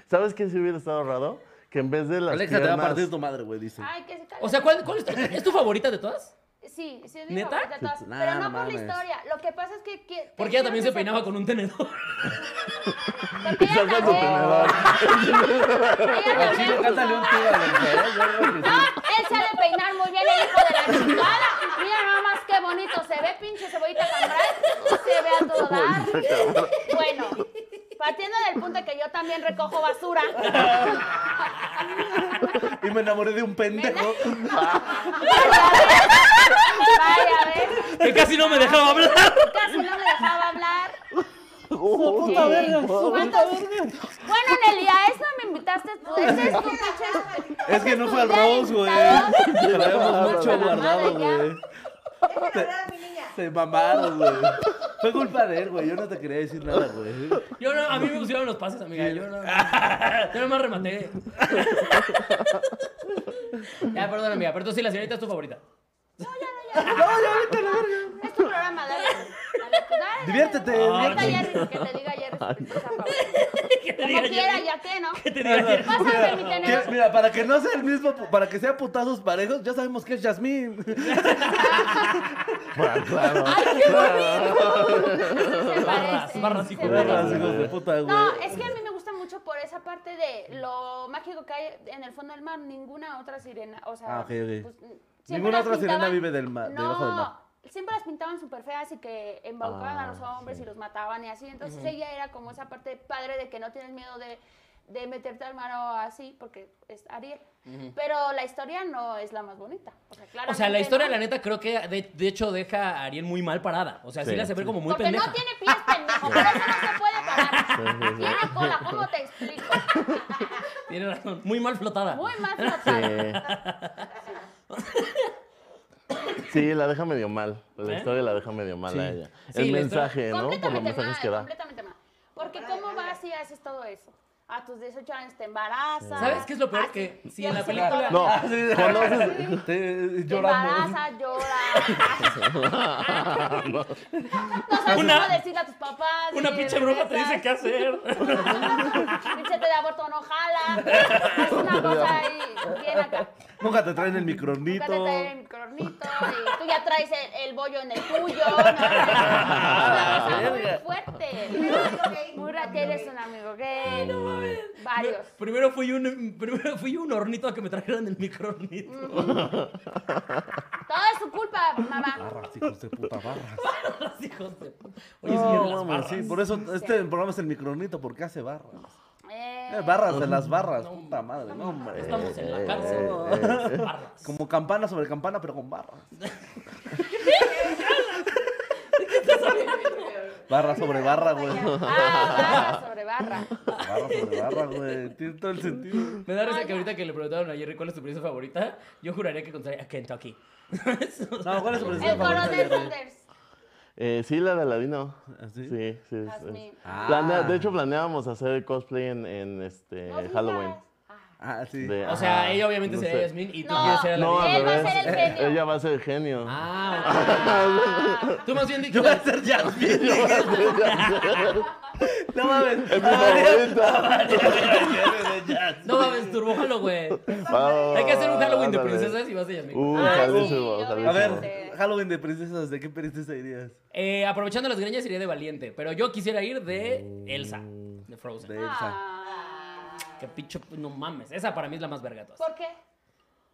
¿Sabes qué si hubiera estado raro? Que en vez de las Alexa, te va a piernas- partir tu madre, güey, dice. Ay, que se calmen. O sea, ¿cuál, cuál es, tu, es tu favorita de todas? Sí, sí es mi ¿Neta? favorita de todas, Nah, pero no, no por la mames. historia. Lo que pasa es que... que- Porque ella también se peinaba con un [LAUGHS] tenedor. Porque ella Saca tu también... tenedor. [LAUGHS] ella Ah, Sí, también- cántale un tío a ¿eh? la mujer, No, [LAUGHS] él sabe peinar muy bien el hijo de la chingada. Mira nada más qué bonito se ve, pinche cebollita cambray. Se ve a todo dar. Bueno, partiendo del punto que yo también recojo basura. güey. Y me enamoré de un pendejo. Vaya, a ver. Que casi no me dejaba hablar. Casi no me dejaba hablar. Oh, Sí. Puta verga, ¿Cuántos- puta verga. Bueno, Nelly, a eso me invitaste tú. Ese es tu pinche. Es que no fue al Ya Rose, güey. [LAUGHS] invitados. Te lo habíamos A mucho la madre, guardado, ya. güey. Déjame hablar a mi niña. Se mamaron, güey. Fue culpa de él, güey. Yo no te quería decir nada, güey. Yo no, a [LAUGHS] mí me pusieron los pases, amiga. Yo no. Yo nomás rematé. [LAUGHS] ya, perdón, amiga, pero tú sí, la señorita es tu [LAUGHS] favorita. Es tu Este programa, dale. Dale, dale, dale. Diviértete, Ahorita diviértete. Jerry, que te diga Jerry su princesa favorita. Que te Como diga quiera, Jerry. ya que, ¿no? Que te diga Jerry. Pásame mi Que- tenedor. mira, para que no sea el mismo, para que sea putazos parejos, ya sabemos que es Yasmín. [LAUGHS] claro, [LAUGHS] claro. Se parece, Barras, barras y se cubetas. parece. Vergas, Ah, hijos de puta, güey. No, es que a mí me gusta mucho por esa parte de lo mágico que hay en el fondo del mar. Ninguna otra sirena, o sea... Ah, ok, ok. pues, siempre Ninguna las otra sirena pintaban- vive del mar- debajo del mar. Siempre las pintaban súper feas y que embaucaban a Ah, los hombres y los mataban y así. Entonces ella era como esa parte padre de que no tienes miedo de, de meterte al mano así, porque es Ariel. Pero la historia no es la más bonita. O sea, O sea, la claramente historia, no. la neta, creo que de, de hecho deja a Ariel muy mal parada. O sea, sí, Sí, la hace ver sí. como muy Porque pendeja. no tiene pies, pendejo. Por eso no se puede Sí, sí, sí. parar. [LAUGHS] Tiene cola, ¿cómo te explico? [LAUGHS] Tiene razón. Muy mal flotada. Muy mal flotado. Este, Sí. Sí, la deja medio mal. La ¿Eh? historia la deja medio mal Sí. a ella. Sí, el la historia- mensaje, ¿no? Por los Completamente mensajes que mal, da. completamente mal. Porque ¿cómo vas y haces todo eso? A tus 18 años te embarazas. ¿Sabes qué es lo peor? Ah, Que si en la película- No, conoces. Ah, Te- eh, Te llorando. embarazas, [LAUGHS] lloras. No. No sabes Una- cómo decirle a tus papás. Una y pinche bruja te dice regresas. qué hacer. [LAUGHS] Pinche te de aborto no jala. [LAUGHS] Es una cosa ahí bien acá. Nunca te traen el Nunca te micronito. traen el cornito y tú ya traes el, el bollo en el tuyo. ¿no? [LAUGHS] Una cosa muy fuerte. Muy raro, eres un amigo gay. Varios. Primero fui un, primero fui un hornito a que me trajeran el microornito. Mm. Todo es su culpa, mamá. Barras, hijos de puta, barras. [LAUGHS] [LAUGHS] Los hijos de puta. Oye, sí, en No, las mames, barras. sí, por eso este programa es el micronito, porque hace barras. Eh, Eh, barras de las barras, puta madre, no, hombre. Estamos en la Eh, cárcel. Barras. Como campana sobre campana, pero con barras. Barra sobre barra, güey. Ah, [LAUGHS] barra sobre barra. Barra sobre barra, güey. Tiene todo el sentido. Me da risa que ahorita que le preguntaron a Jerry cuál es tu prisa favorita, yo juraría que contestaría Kentucky. No, ¿cuál es tu El presencia coronel favorita? Sanders. Eh, sí, la de Aladino. ¿Ah, sí? Sí, sí. es- That's es- me. Planea- Ah. de hecho, planeábamos hacer el cosplay en, en, este No digas. Halloween. Ah. Ah, sí. De- O sea, ajá, ella obviamente no sería sé. Yasmin y tú No. quieres ser No, Aladino. al Él va a revés. ser el genio. Ella va a ser el genio. Ah, ok. Tú más bien di [LAUGHS] Yo voy a ser Jasmine. No mames. Ah, Es mi favorita. No mames, turbójalo, güey. Vamos, [LAUGHS] Hay que hacer un Halloween de ándale. Uh, princesas y vas a Yasmin. Uy, Ah, sí, jalísimo, obviamente. A jalísimo. Este, ver, Halloween de princesas, ¿de qué princesa irías? Eh, aprovechando las greñas iría de valiente, pero yo quisiera ir de Elsa, de Frozen. De Elsa. Ah. Que pinche, no mames, esa para mí es la más verga de todas. ¿Por qué?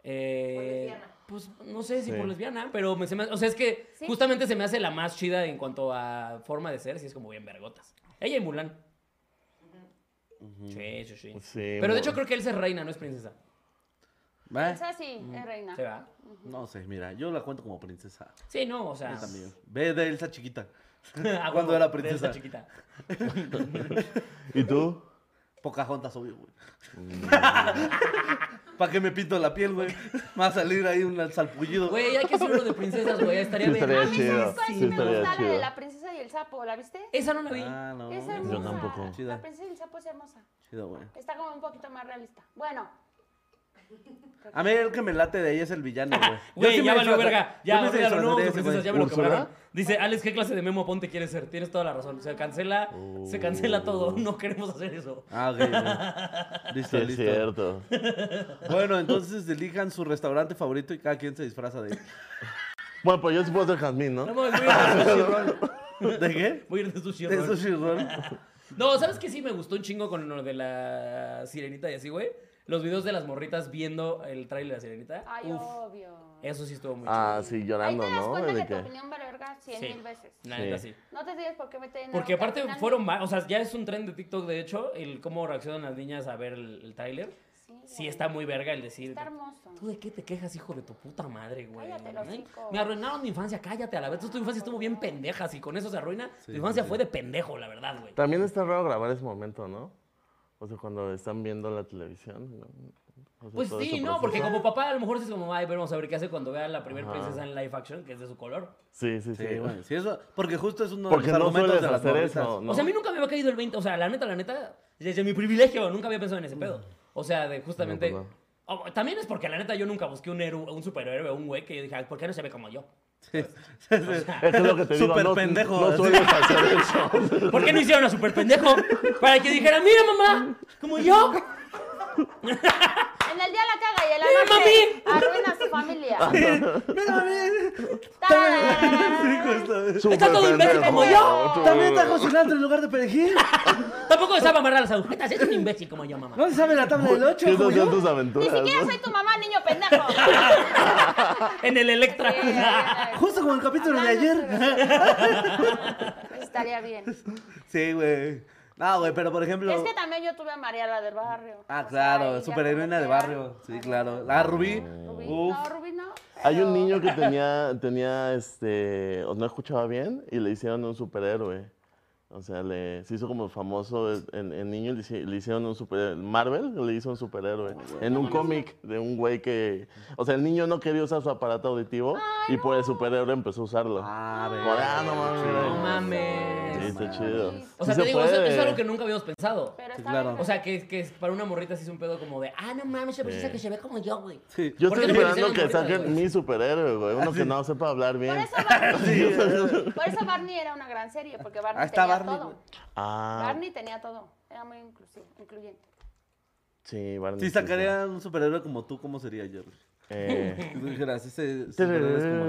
Eh, lesbiana. pues no sé si Sí. por lesbiana, pero me, se me- o sea, es que Sí. justamente se me hace la más chida en cuanto a forma de ser, si es como bien vergotas. Ella y Mulan. Sí, sí, Pues sí. Sí, pero de Mul- hecho creo que Elsa es reina, no es princesa. ¿Va? Esa sí, es Mm. reina. ¿Se va? No sé, mira, yo la cuento como princesa. Sí, no, o sea. [LAUGHS] Yo también. Ve de Elsa chiquita. [LAUGHS] a huevo, Cuando era de princesa. Elsa chiquita. ¿Y tú? Pocahontas, obvio, güey. Mm. [LAUGHS] ¿Para qué me pinto la piel, güey? Va a salir ahí un salpullido. Güey, hay que hacer uno de princesas, güey. Estaría Sí, bien. estaría A mí, chido. Ah, ¿sabes cuál Sí, sí me estaría gusta? La de chido. la princesa y el sapo, ¿la viste? Esa Ah, no la vi. Ah, no. es hermosa. Yo tampoco. La Chida, princesa y el sapo es hermosa. chida, güey. Está como un poquito más realista. Bueno, A mí el que me late de ahí es el villano, [LAUGHS] güey. Yo Güey, sí ya me valió disfraza- verga. yo Ya, me olvídalo, no disfrazaría vamos de a ese, princesas, ya me güey. lo cobraron. ¿Úrsula? Dice, Alex, ¿qué clase de memo ponte quieres ser? Tienes toda la razón. Se cancela, Oh. se cancela todo. No queremos hacer eso. Ah, ok, güey. [LAUGHS] Sí, Listo, es listo. cierto. Bueno, entonces elijan su restaurante favorito y cada quien se disfraza de él. Bueno, pues yo sí puedo ser Jazmín, ¿no? No mames, voy a ir [LAUGHS] de sushi roll. ¿De qué? Voy a ir de sushi De roll. sushi roll. No, ¿sabes qué sí me gustó un chingo con lo de la sirenita y así, güey? Los videos de las morritas viendo el tráiler de la sirenita. ay, oh. Uf, obvio. eso sí estuvo muy Ah, sí, Ahí llorando, te das ¿no? cuenta De que que- tu opinión vale verga cien Sí. mil veces. chido. La neta Sí. sí. No te tienes por qué meter en Porque algo que aparte Mm, al final- fueron mal, o sea, ya es un tren de TikTok, de hecho, el cómo reaccionan las niñas a ver el, el tráiler. Sí, Sí güey. está muy verga el decir. Está hermoso. ¿Tú de qué te quejas, hijo de tu puta madre, güey? Cállate el Ay, hocico. Me arruinaron mi infancia, cállate a la vez. Tu infancia estuvo bien pendeja, si con eso se arruina, tu infancia fue de pendejo, la verdad, güey. También está raro grabar ese momento, ¿no? O sea, cuando están viendo la televisión. ¿no? O sea, Pues todo sí, ese no, porque proceso. como papá a lo mejor sí es como, ay, pero vamos a ver qué hace cuando vea la primera princesa en live action, que es de su color. Sí, sí, sí. Sí, güey. Sí, eso, porque justo es uno de Porque los no argumentos sueles de las hacer morritas. eso, ¿no? O sea, a mí nunca me había caído el 20, o sea, la neta, la neta, desde mi privilegio, nunca había pensado en ese pedo. O sea, de justamente... Mm. No, no, no. Oh, también es porque la neta yo nunca busqué un, héroe, un superhéroe, un güey que yo dije, "Ay, ¿por qué no se ve como yo? [LAUGHS] Eso es lo que te digo. Súper no- pendejo, No así. sueles hacer eso. ¿Por qué no hicieron a super pendejo? Para que dijera, mira mamá, como yo. En el día la caga y en la Mira, noche arruina a su [LAUGHS] familia. Ah, Mira, mira. Tararara. Está todo imbécil como yo. También está cocinando en lugar de perejil. Tampoco se sabe amarrar las agujetas, es un imbécil como yo, mamá. No se sabe la tabla del 8, Esas como son yo. tus Ni aventuras. siquiera ¿no? soy tu mamá, niño [LAUGHS] pendejo. En el Electra. Eh, Justo como el capítulo de Hablando ayer. [LAUGHS] Estaría bien. Sí, güey. No, güey, pero por ejemplo. Es que también yo tuve a María, la del barrio. Ah, O sea, claro, ella superheroína de como que era- barrio. Sí, claro. La Rubí. Rubí, Uf. no, Rubí no. Hay pero- un niño [LAUGHS] que tenía, tenía, este, o no escuchaba bien y le hicieron un superhéroe. O sea, le, se hizo como famoso el, el- el niño y le, hici- le hicieron un superhéroe. Marvel le hizo un superhéroe Ah, en un cómic de un güey que... O sea, el niño no quería usar su aparato auditivo y por el superhéroe empezó a usarlo. Ah, Como de, ah, no No mames. mames. Sí, está chido. O sea, Sí te se digo, eso, puede. eso es algo que nunca habíamos pensado. Pero Sí, está claro. bien. O sea, que, que para una morrita sí es un pedo como de, ah, no mames, esa persona que se ve como yo, güey. Sí. [LAUGHS] Yo ¿Por qué estoy no esperando me hicieron que morritas, saquen güey? mi superhéroe, güey. Ah, Uno que no sepa hablar bien. por, eso [LAUGHS] [LAUGHS] Barney, por eso Barney era una gran serie, porque Barney Ahí está tenía Barney, todo. güey. Ah, Barney tenía todo. Era muy inclusivo, incluyente. sí, Barney. Si sí, sí. sacaría un superhéroe como tú, ¿cómo sería yo? Eh, Si tú dijeras, ese superhéroe es como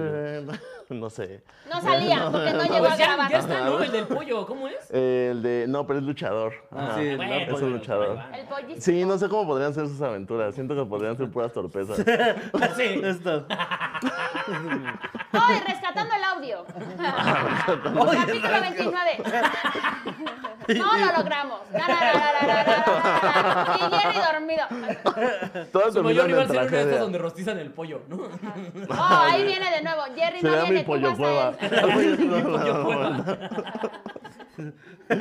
yo. [LAUGHS] no sé. No salía, porque no Ah, llegó a pues ya, grabar. ya está, ¿no? El del pollo, [LAUGHS] ¿cómo es? El de. No, pero es luchador. Ajá. sí, Bueno, no, es un pues, bueno, luchador. ahí va. El pollito. Sí, no sé cómo podrían ser sus aventuras. Siento que podrían ser puras torpezas. Sí. Esto. Ay, rescatando el audio. [LAUGHS] Oye, Capítulo 29. No lo logramos. Y Jerry dormido. Todas Su mayor terminan en rival será uno de estos tragedia. donde rostizan el pollo, ¿no? [LAUGHS] Oh, ahí viene de nuevo. Jerry no Será mi viene, tú pollo vas a cueva. [LAUGHS] él. Mi pollo cueva. [LAUGHS] Qué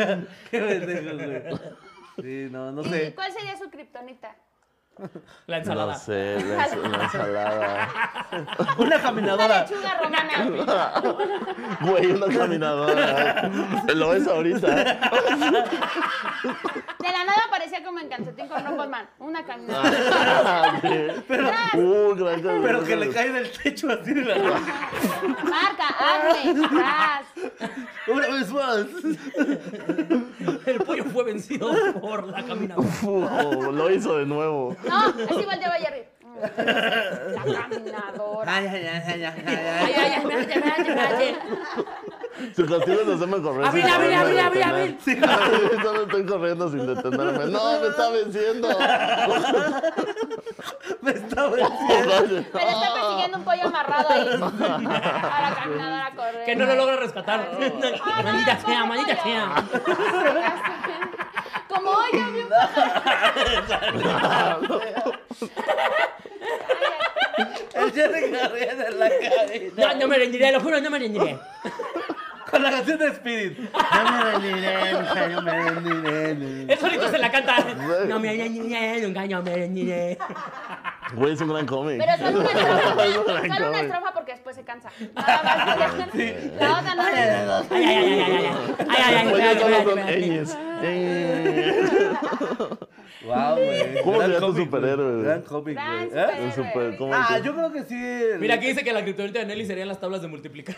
pendejo, güey. Sí, no, no ¿Y sé. cuál sería su kriptonita? No La ensalada. sé, la, ens- la ensalada. Una Una caminadora. lechuga romana. Güey, una caminadora. Lo ves [LAUGHS] ahorita. De la nada parecía como en Cancetín con Ron Goldman. Una caminadora. pero, uh, gran Pero que le cae del techo así de la. Marca, hazme, tras. Una vez más. El pollo fue vencido por la caminadora. Fu- oh, lo hizo de nuevo. No, así volteaba Jerry. Mm, La caminadora. Ay, ay, ay, ay, ay, Ay, ay, ay. ay, ay, espérate, espérate, espérate. Su castigo es hacerme correr. Abril, sin abril, detenerme, abril, abril, sin detenerme. Solo estoy corriendo sin detenerme. No, me está venciendo. Me está [LAUGHS] venciendo. Pero está persiguiendo un pollo amarrado ahí. A la caminadora correr. Que no lo logra rescatar. [LAUGHS] Ah, no, Maldita ¿cómo sea, maldita pollo? sea. Como hoy yo vi un pollo. El Jerry García de la cabina. No, no me rendiré, lo juro, no me rendiré. Con la canción de Spirit. No me rendiré, nunca, no me rendiré. Él solito se la canta. No me rendiré, nunca no me rendiré. Güey, es un gran cómic. Pero solo [LAUGHS] una estrofa. Es un gran Solo una cómic. estrofa porque después se cansa. Nada más. La otra no. Ay, ay, ay, ay, ay, ay. Ay, ay, ay, Oye, solo son ñes. Eh. espérate, espérate, espérate. Wow, güey. ¿Cómo Gran sería tu cómic, superhéroe, güey. güey? Gran cómic, Gran güey. ¿Eh? superhéroe. Es súper cómic. Ah, yo creo que sí. el- Mira, aquí dice que la criptonita de Nelly serían las tablas de multiplicar.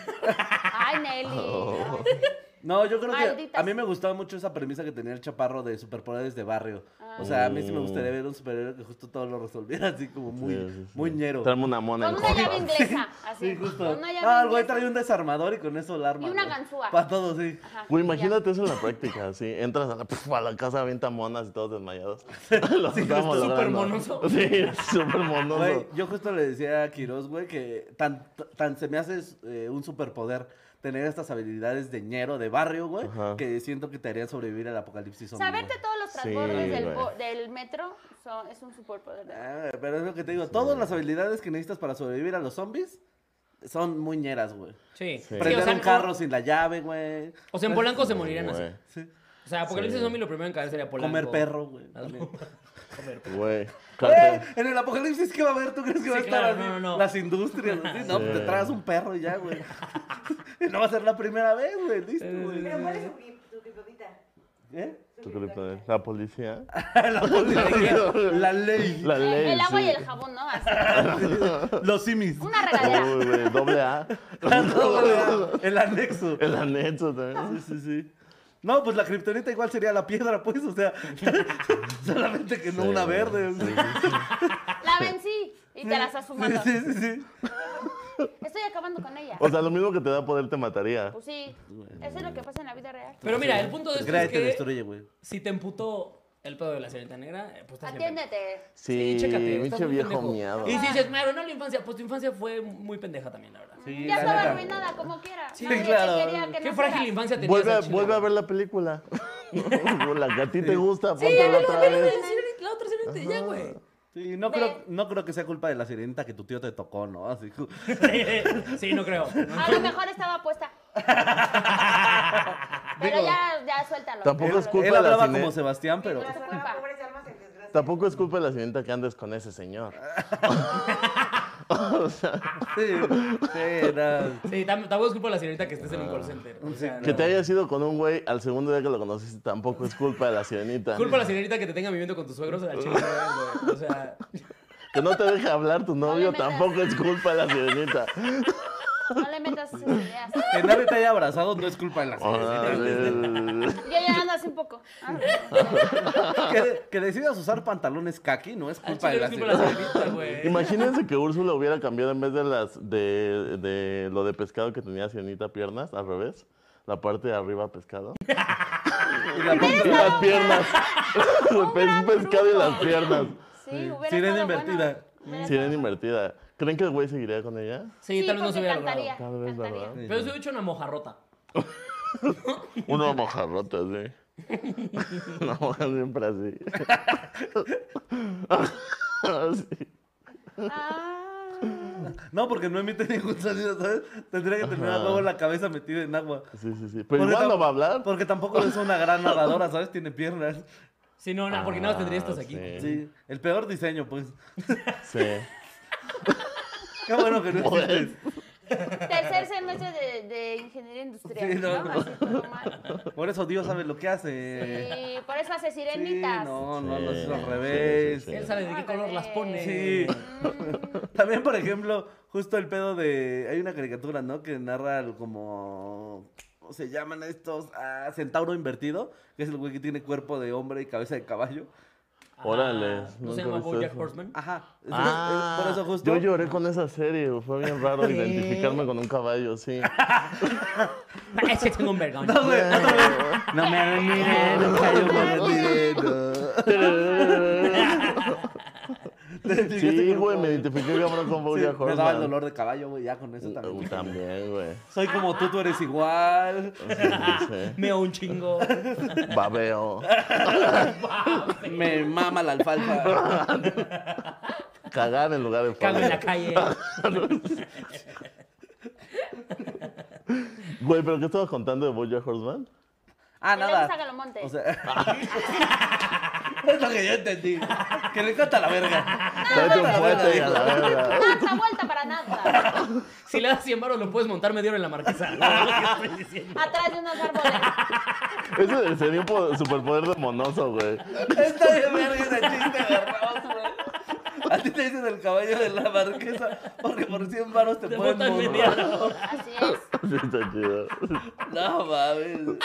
Ay, Oh, Nelly. No, yo creo que Malditas. a mí me gustaba mucho esa premisa que tenía el chaparro de superpoderes de barrio. O sea, a mí sí me gustaría ver un superhéroe que justo todo lo resolviera así como muy, Ah. Sí, sí, sí. muy ñero. Traerme una mona Con en una llave Hogwarts. inglesa. Así. Sí, Con justo. una llave Ah, el güey inglesa. trae un desarmador y con eso el arma. Y una güey. ganzúa. Pa' todo, sí. Ajá, Güey, y ya. imagínate eso en la práctica, así. Entras a la, pf, a la casa, avienta monas y todos [LAUGHS] desmayados. [LAUGHS] Lo estamos está súper logrando. monoso. Sí, es súper monoso. Güey, yo justo le decía a Quiroz, güey, que tan, tan se me hace eh, un superpoder tener estas habilidades de ñero, de barrio, güey, Ajá. que siento que te harían sobrevivir al apocalipsis zombie. güey. Saberte todos los transbordes Sí, del, güey. bo- del metro son- es un superpoder. de- Ah, pero es lo que te digo, todas las habilidades que necesitas para sobrevivir a los zombies son muy ñeras, güey. [LAUGHS] Sí. Sí, Prender o sea, un carro sin la llave, güey. O sea, en Polanco se morirían así. Güey, O sea, Apocalipsis Zombie lo primero en caer sería Polanco. [LAUGHS] Comer perro, güey. también. Algo- Comer perro. Güey. Güey, [LAUGHS] en el apocalipsis, ¿qué va a haber? ¿Tú crees que va a Sí, estar claro, así? no, no, no. Las industrias, [LAUGHS] así, No, pues te traes un perro y ya, güey. [LAUGHS] Y no va a ser la primera vez, güey. Listo, güey. Pero ¿cuál es su grip- tu gripotita? ¿Eh? [LAUGHS] Tu criptonita. La policía. La, policía, [LAUGHS] la ley. La El, ley. el agua sí. y el jabón, ¿no? Así. [LAUGHS] Los simis. Una regadera. Uy, güey, doble A. El anexo. El anexo también. Sí, sí, sí. No, pues la kriptonita igual sería la piedra, pues, o sea, [LAUGHS] solamente que no una güey. verde. La vencí y te la estás fumando. Sí, sí, sí. Pues Estoy acabando con ella. O sea, lo mismo que te da poder te mataría. Pues sí, eso es lo que pasa en la vida real. Pero mira, el Pues punto de esto Gracias, es te que destruye, güey. si te emputó el pedo de la señorita negra, eh, pues estás bien pendejo. Atiéndete. Sí, chécate, estás pinche muy viejo pendejo. miado. Y si dices, me arruinó la infancia, pues tu infancia fue muy pendeja también, la verdad. Sí, Ya la estaba neta. arruinada como quiera. Sí, Nadie te claro. quería que Qué frágil no fueras. infancia tenías. Vuelve, a- [LAUGHS] al chile, vuelve a [LAUGHS] güey. ver la película. la que a ti te gusta, Sí, ya póntela ve otra la, ve la, vez. de la sirenita, la otra sirenita, ya, güey. Sí, no creo, no creo que sea culpa de la sirenita que tu tío te tocó, ¿no? Así que- Sí, no creo. A lo mejor estaba puesta. Pero Digo, ya, ya suéltalo. tampoco Ya es lo- culpa Él de la hablaba cine- como Sebastián, pero. Claro. Bueno, pobres almas en desgracia. Tampoco es culpa de la sirvienta que andes con ese señor. [LAUGHS] O sea, Sí, sí, era- Sí, tam- tampoco es culpa de la sirenita que estés en un call center. O sea, que no. te hayas ido con un güey al segundo día que lo conociste tampoco es culpa de la sirenita. Culpa a la sirenita que te tenga viviendo con tus suegros a la chica, güey. O sea, Que no te deje hablar tu novio No le metas. tampoco es culpa de la sirenita. No le metas esas ideas. Que nadie te haya abrazado no es culpa de Ah. la sirenita. Órale. Yo ya ando hace un poco. Ah, Que, que decidas usar pantalones kaki no es al culpa chile de Ah, no la es culpa de la sirenita. sirenita, güey. Imagínense que Úrsula hubiera cambiado en vez de las de, de lo de pescado que tenía sirenita piernas, al revés, la parte de arriba pescado. Y la Y pantalones las [LAUGHS] piernas. Un gran Un pescado y truco. las piernas. Sí, hubiera estado Sirena invertida. bueno. Hubiera Sirena estado- invertida. ¿Creen que el güey seguiría con ella? Sí, tal vez no porque se hubiera cantaría, logrado. Tal vez, cantaría. ¿verdad? Pero se hubiera hecho una mojarrota. Una mojarrota, sí. Una moja siempre así. Así. Ah, No, porque no emite ningún sonido, ¿sabes? Tendría que tener Ajá. luego la cabeza metida en agua. Sí, sí, sí. Pero Porque igual no tam- va a hablar. Porque tampoco es una gran nadadora, ¿sabes? Tiene piernas. Sí, no, no, porque nada más tendría estas Ah, aquí. sí. Sí. El peor diseño, pues. Sí. Qué [LAUGHS] bueno que no Pues, existe. tercer semestre de, de ingeniería industrial. Sí, no, no, no. Así, todo mal. Por eso Dios sabe lo que hace. Y por eso hace Sí, sirenitas. no, no, no es Sí, al revés. sí, sí, Él sabe de qué Ah, color bebé. las pone. Sí. [LAUGHS] También, por ejemplo, justo el pedo de. Hay una caricatura, ¿no? Que narra el como. ¿Cómo se llaman estos? Ah, centauro invertido, que es el güey que tiene cuerpo de hombre y cabeza de caballo. Ah, Órale, ¿No nunca se llama he visto Bojack eso. Horseman? [LAUGHS] Ajá. es- es- Ah, por eso justo. Yo lloré con esa serie, güey. fue bien raro Sí. identificarme con un caballo, [LAUGHS] sí. [LAUGHS] Ese tengo un vergón. No, güey, otra vez. [LAUGHS] No me [LAUGHS] miren, no cayó [LAUGHS] Sí, güey, me identifiqué cabrón con Bojack me Horseman. daba el dolor de caballo, güey, ya con eso Uh, también. También, [LAUGHS] güey. Soy como tú, tú eres igual. Sí, Meo un chingo. sí. Babeo, Me mama la alfalfa. cagar en lugar de Cago en cagar. la calle. Güey, pero ¿qué estabas contando de Bojack Horseman? Ah, Y le nada. gusta Galomonte. O sea, es lo que yo entendí. Que le encanta la verga. Date un fuerte y a la verga. Nada, vuelta para nada. Si le das 100 baros, lo puedes montar medio hora en la marquesa. ¿Qué estoy diciendo? Atrás de unos árboles. Ese sería un po- superpoder de monoso, güey. [LAUGHS] [LAUGHS] Está de verga ese chiste de Ross, güey. A ti te dicen el caballo de la marquesa porque por 100 varos te, Te pueden montan morir. media hora. Así es. Sí, está chido. [LAUGHS] No mames.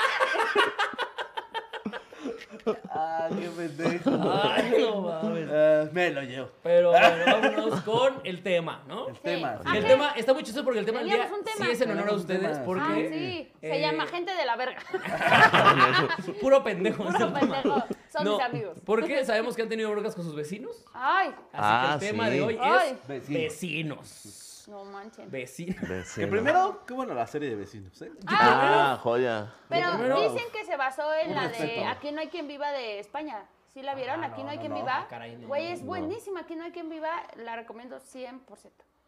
Ah, qué pendejo. Ay, no mames. Ah, me lo llevo. Pero bueno, vámonos con el tema, ¿no? El tema. Ah, El ¿qué? tema está muy chistoso porque el tema del día Teníamos un tema. sí es en honor a Teníamos un ustedes tema. porque Ah, sí. Se eh, llama gente de la [LAUGHS] verga. puro pendejo. es Puro el tema. pendejo. Son No, mis amigos. Porque sabemos que han tenido broncas con sus vecinos. Ay, Así Ah, que el tema sí. de hoy Ay. es Vecinos. vecinos. no manchen. Vecinos. Que Vecino. primero, qué bueno la serie de vecinos, ¿eh? Ah, joya. Pero primero- dicen que se basó en Un la respeto. de Aquí no hay quien viva de España. ¿Sí la vieron? Ah, Aquí no, no, hay no, quien no. viva. Caray, no, Güey, no, es buenísima. Aquí no hay quien viva. La recomiendo 100%.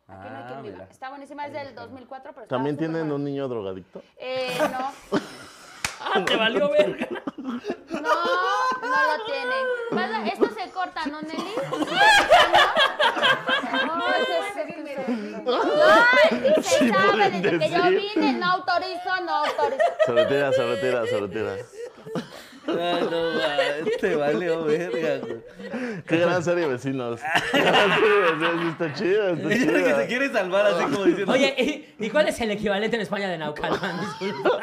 Aquí no hay Ah, quien viva. mira. Está buenísima. Es del 2004, pero está Ah, ¿También súper tienen buena. un niño drogadicto? Eh, no. Ah, te valió verga. No, no lo tienen. Más la- Esto se corta, ¿no, Nelly? No, Puedes eso decirme, es- sí. Ay, sí se Sí sabe, pueden desde que yo decir. vine, no autorizo, no autorizo. Se retira, se retira, se retira. Ah, no, mames, [LAUGHS] te valió verga, güey. Qué [LAUGHS] gran serie de vecinos. Ah. [LAUGHS] Qué gran serie de vecinos. Está chido, está Ella que se chido. quiere salvar así como diciendo. Oye, ¿y- ¿y cuál es el equivalente en España de [LAUGHS] Naucalpan? Disculpa.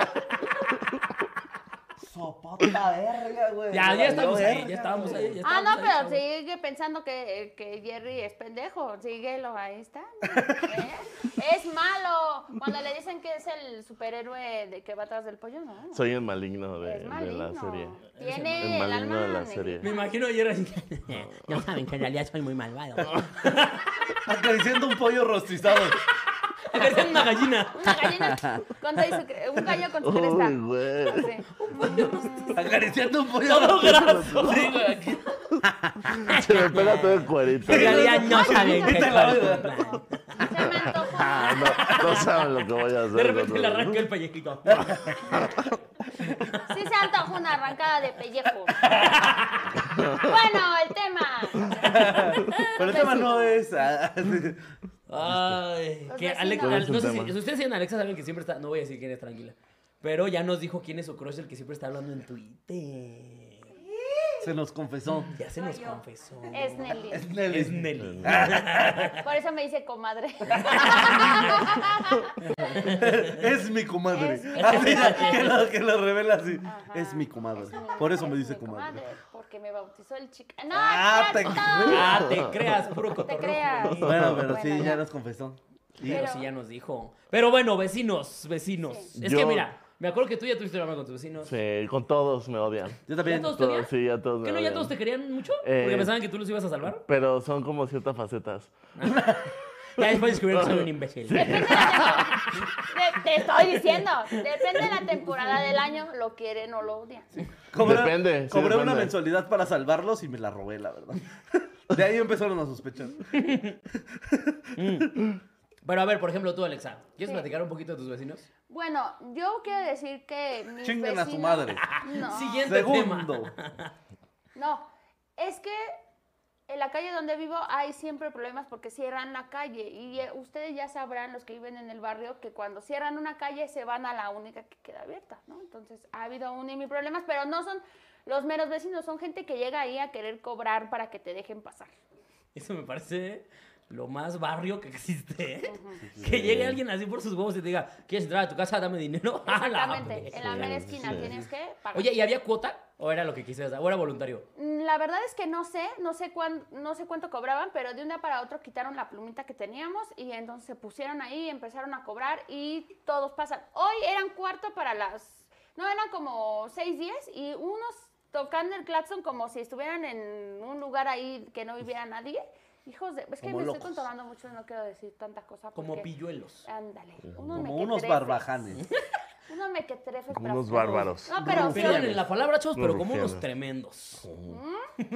sopota verga, güey. Ya, ya Valió estamos ahí, verga, ya estábamos güey. ahí. ya Ah, estábamos no, ahí, pero estamos- sigue pensando que, eh, que Jerry es pendejo. Síguelo, ahí está. ¿eh? Es malo. Cuando le dicen que es el superhéroe de que va atrás del pollo, no. Soy el maligno de, Es de maligno. la serie. Tiene el, El maligno alma de la negra. serie. Me imagino ayer así. [LAUGHS] Ya [LAUGHS] saben que en realidad soy muy malvado. Acariciando un pollo rostizado. Agarré una gallina. Una gallina con seis su cre- un gallo con su cresta. Uy, güey. Sí. Acariciando un pollo. Todo graso. Sí, güey, [LAUGHS] aquí. Se me pega todo el cuerito. En realidad no Ay, saben qué quita la cuerpo vida. plan. Se me antojó. Ah, no, no saben lo que voy a hacer. De repente con le todo. arranca el pellejito. Sí se antojó una arrancada de pellejo. bueno, el tema. Pero el tema no es. ah, Ay, Los Ah, que vecinos. Alex, ¿Cuál es no el sé tema? si, si ustedes siguen a Alexa saben que siempre está, no voy a decir quién es tranquila, pero ya nos dijo quién es su crush el que siempre está hablando en Twitter. se nos confesó. Ya se Soy nos yo. confesó. Es Nelly. Es Nelly. [LAUGHS] Es Nelly. Por eso me [LAUGHS] dice comadre. Es mi comadre. Es mi Así, que, lo, que lo revela así. Ajá. Es mi comadre. Por eso me Es dice mi comadre. Porque me bautizó el chica. ¡No, Ah, es te- cierto! Ah, te creas, puro Te cotorreo. creas. juvenil. Bueno, pero sí, Bueno, ya ya. [LAUGHS] nos confesó. Y- Pero Pero- sí ya nos dijo. Pero bueno, vecinos, vecinos. Sí. Es Yo- que mira, me acuerdo que tú ya tuviste drama con tus vecinos. Sí, con todos me odian. Yo ¿Ya también. todos te odian? Todos, sí, ya todos me ¿Que no ya odian. todos te querían mucho? Eh. Porque pensaban que tú los ibas [LAUGHS] a salvar. Pero son como ciertas facetas. Ya después descubrieron que soy un imbécil. Depende de la temporada. Te estoy diciendo. Depende de la temporada del año, lo quieren o lo odian. Cobré, Depende, sí, cobré una depende. mensualidad para salvarlos y me la robé, la verdad. [LAUGHS] De ahí empezaron a sospechar. Pero a ver, por ejemplo, tú, Alexa, ¿quieres Sí. platicar un poquito de tus vecinos? Bueno, yo quiero decir que mis Chinguen a su vecinos- madre. [LAUGHS] No, Siguiente Segundo. Este tema. no. Es que en la calle donde vivo hay siempre problemas porque cierran la calle. Y eh, ustedes ya sabrán, los que viven en el barrio, que cuando cierran una calle se van a la única que queda abierta, ¿no? Entonces ha habido un y mil problemas, pero no son los meros vecinos, son gente que llega ahí a querer cobrar para que te dejen pasar. Eso me parece lo más barrio que existe. ¿eh? Que llegue alguien así por sus huevos y te diga, ¿quieres entrar a tu casa? Dame dinero. [LAUGHS] A la Exactamente. En la vez. mera esquina tienes que pagar. Oye, ¿y había cuota? ¿O era lo que quisieras? ¿O era voluntario? Mm, La verdad es que no sé, no sé, cuán, no sé cuánto cobraban, pero de un día para otro quitaron la plumita que teníamos y entonces se pusieron ahí, empezaron a cobrar y todos pasan. Hoy eran cuarto para las, no, eran como seis diez y unos tocando el claxon como si estuvieran en un lugar ahí que no viviera nadie. Hijos de, es que Como me locos. estoy controlando mucho, no quiero decir tantas cosas. Como porque- pilluelos. Ándale. Unos Como mequetrefes. unos barbajanes. Unos mequetrefes. Como unos brasileños. bárbaros. No, pero sí, Perdón en la palabra, chavos, pero como Rufianes. unos tremendos. Oh. [LAUGHS]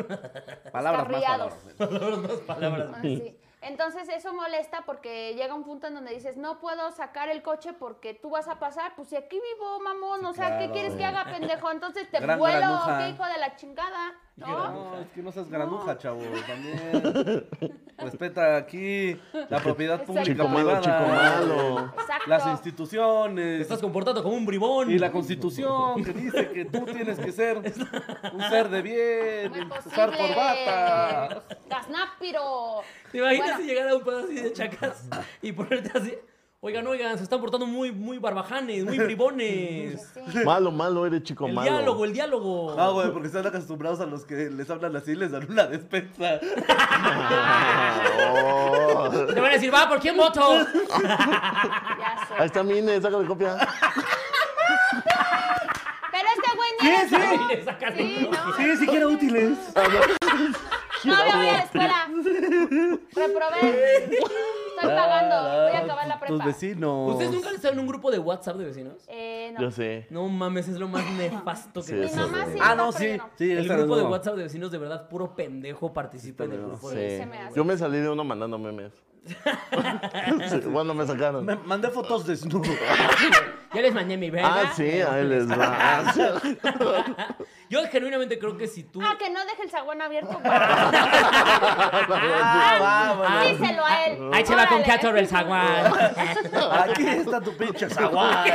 Palabras más Descarriados. palabras. Unas palabras. [LAUGHS] Ah, sí. Entonces eso molesta porque llega un punto en donde dices, no puedo sacar el coche porque tú vas a pasar, pues si aquí vivo, mamón, o sea, ¿qué claro. quieres que haga, pendejo? Entonces te Gran vuelo, granuja. qué hijo de la chingada, ¿no? No, es que no seas granuja, chavo. También. Respeta aquí la propiedad Exacto. pública. Chico malo, privada, chico malo. Exacto. Las Te instituciones. estás comportando como un bribón. Y la constitución que dice que tú tienes que ser un ser de bien, ¿Cómo es usar posible? corbata. Gaznápiro. ¿Te imaginas Bueno. si llegara un pedo así de chacas y ponerte así? Oigan, oigan, se están portando muy, muy barbajanes, [LAUGHS] muy bribones. Sí. Malo, malo, eres chico El malo. diálogo, el diálogo. Ah, güey, porque están acostumbrados a los que les hablan así y les dan una despensa. Ah, oh. Te van a decir, va, ¿por quién [LAUGHS] voto? Ya Ahí sé. está mi INE, sácale copia. Pero este güey ni eres tú. Y le sacan Sí, un- no, Sí, si quiero útiles. no, yo voy a la escuela. Reprobé. Estoy pagando, voy a acabar la Ah, Tus prepa. vecinos. ¿Ustedes nunca han estado en un grupo de WhatsApp de vecinos? Eh, no. Yo sé. No mames, es lo más nefasto que Sí, he Mi eso visto. mamá es sí. Ah, no, no, pero yo sí. no. Sí, El esa grupo de no. WhatsApp de vecinos, de verdad, puro pendejo participa en el también, grupo. Sí, de- Sí. se me hace. Yo me salí de uno mandando [LAUGHS] memes. Sí, Bueno, me sacaron. Me mandé fotos desnudo. Ya les mandé mi verga. Ah, sí, ahí les va. Ah, sí. Yo genuinamente creo que si tú... Ah, que no deje el zaguán [LAUGHS] abierto para... Ah, va, va. Díselo a él. Ahí se va Ah, con Órale. Cator el zaguán. Aquí está tu pinche zaguán.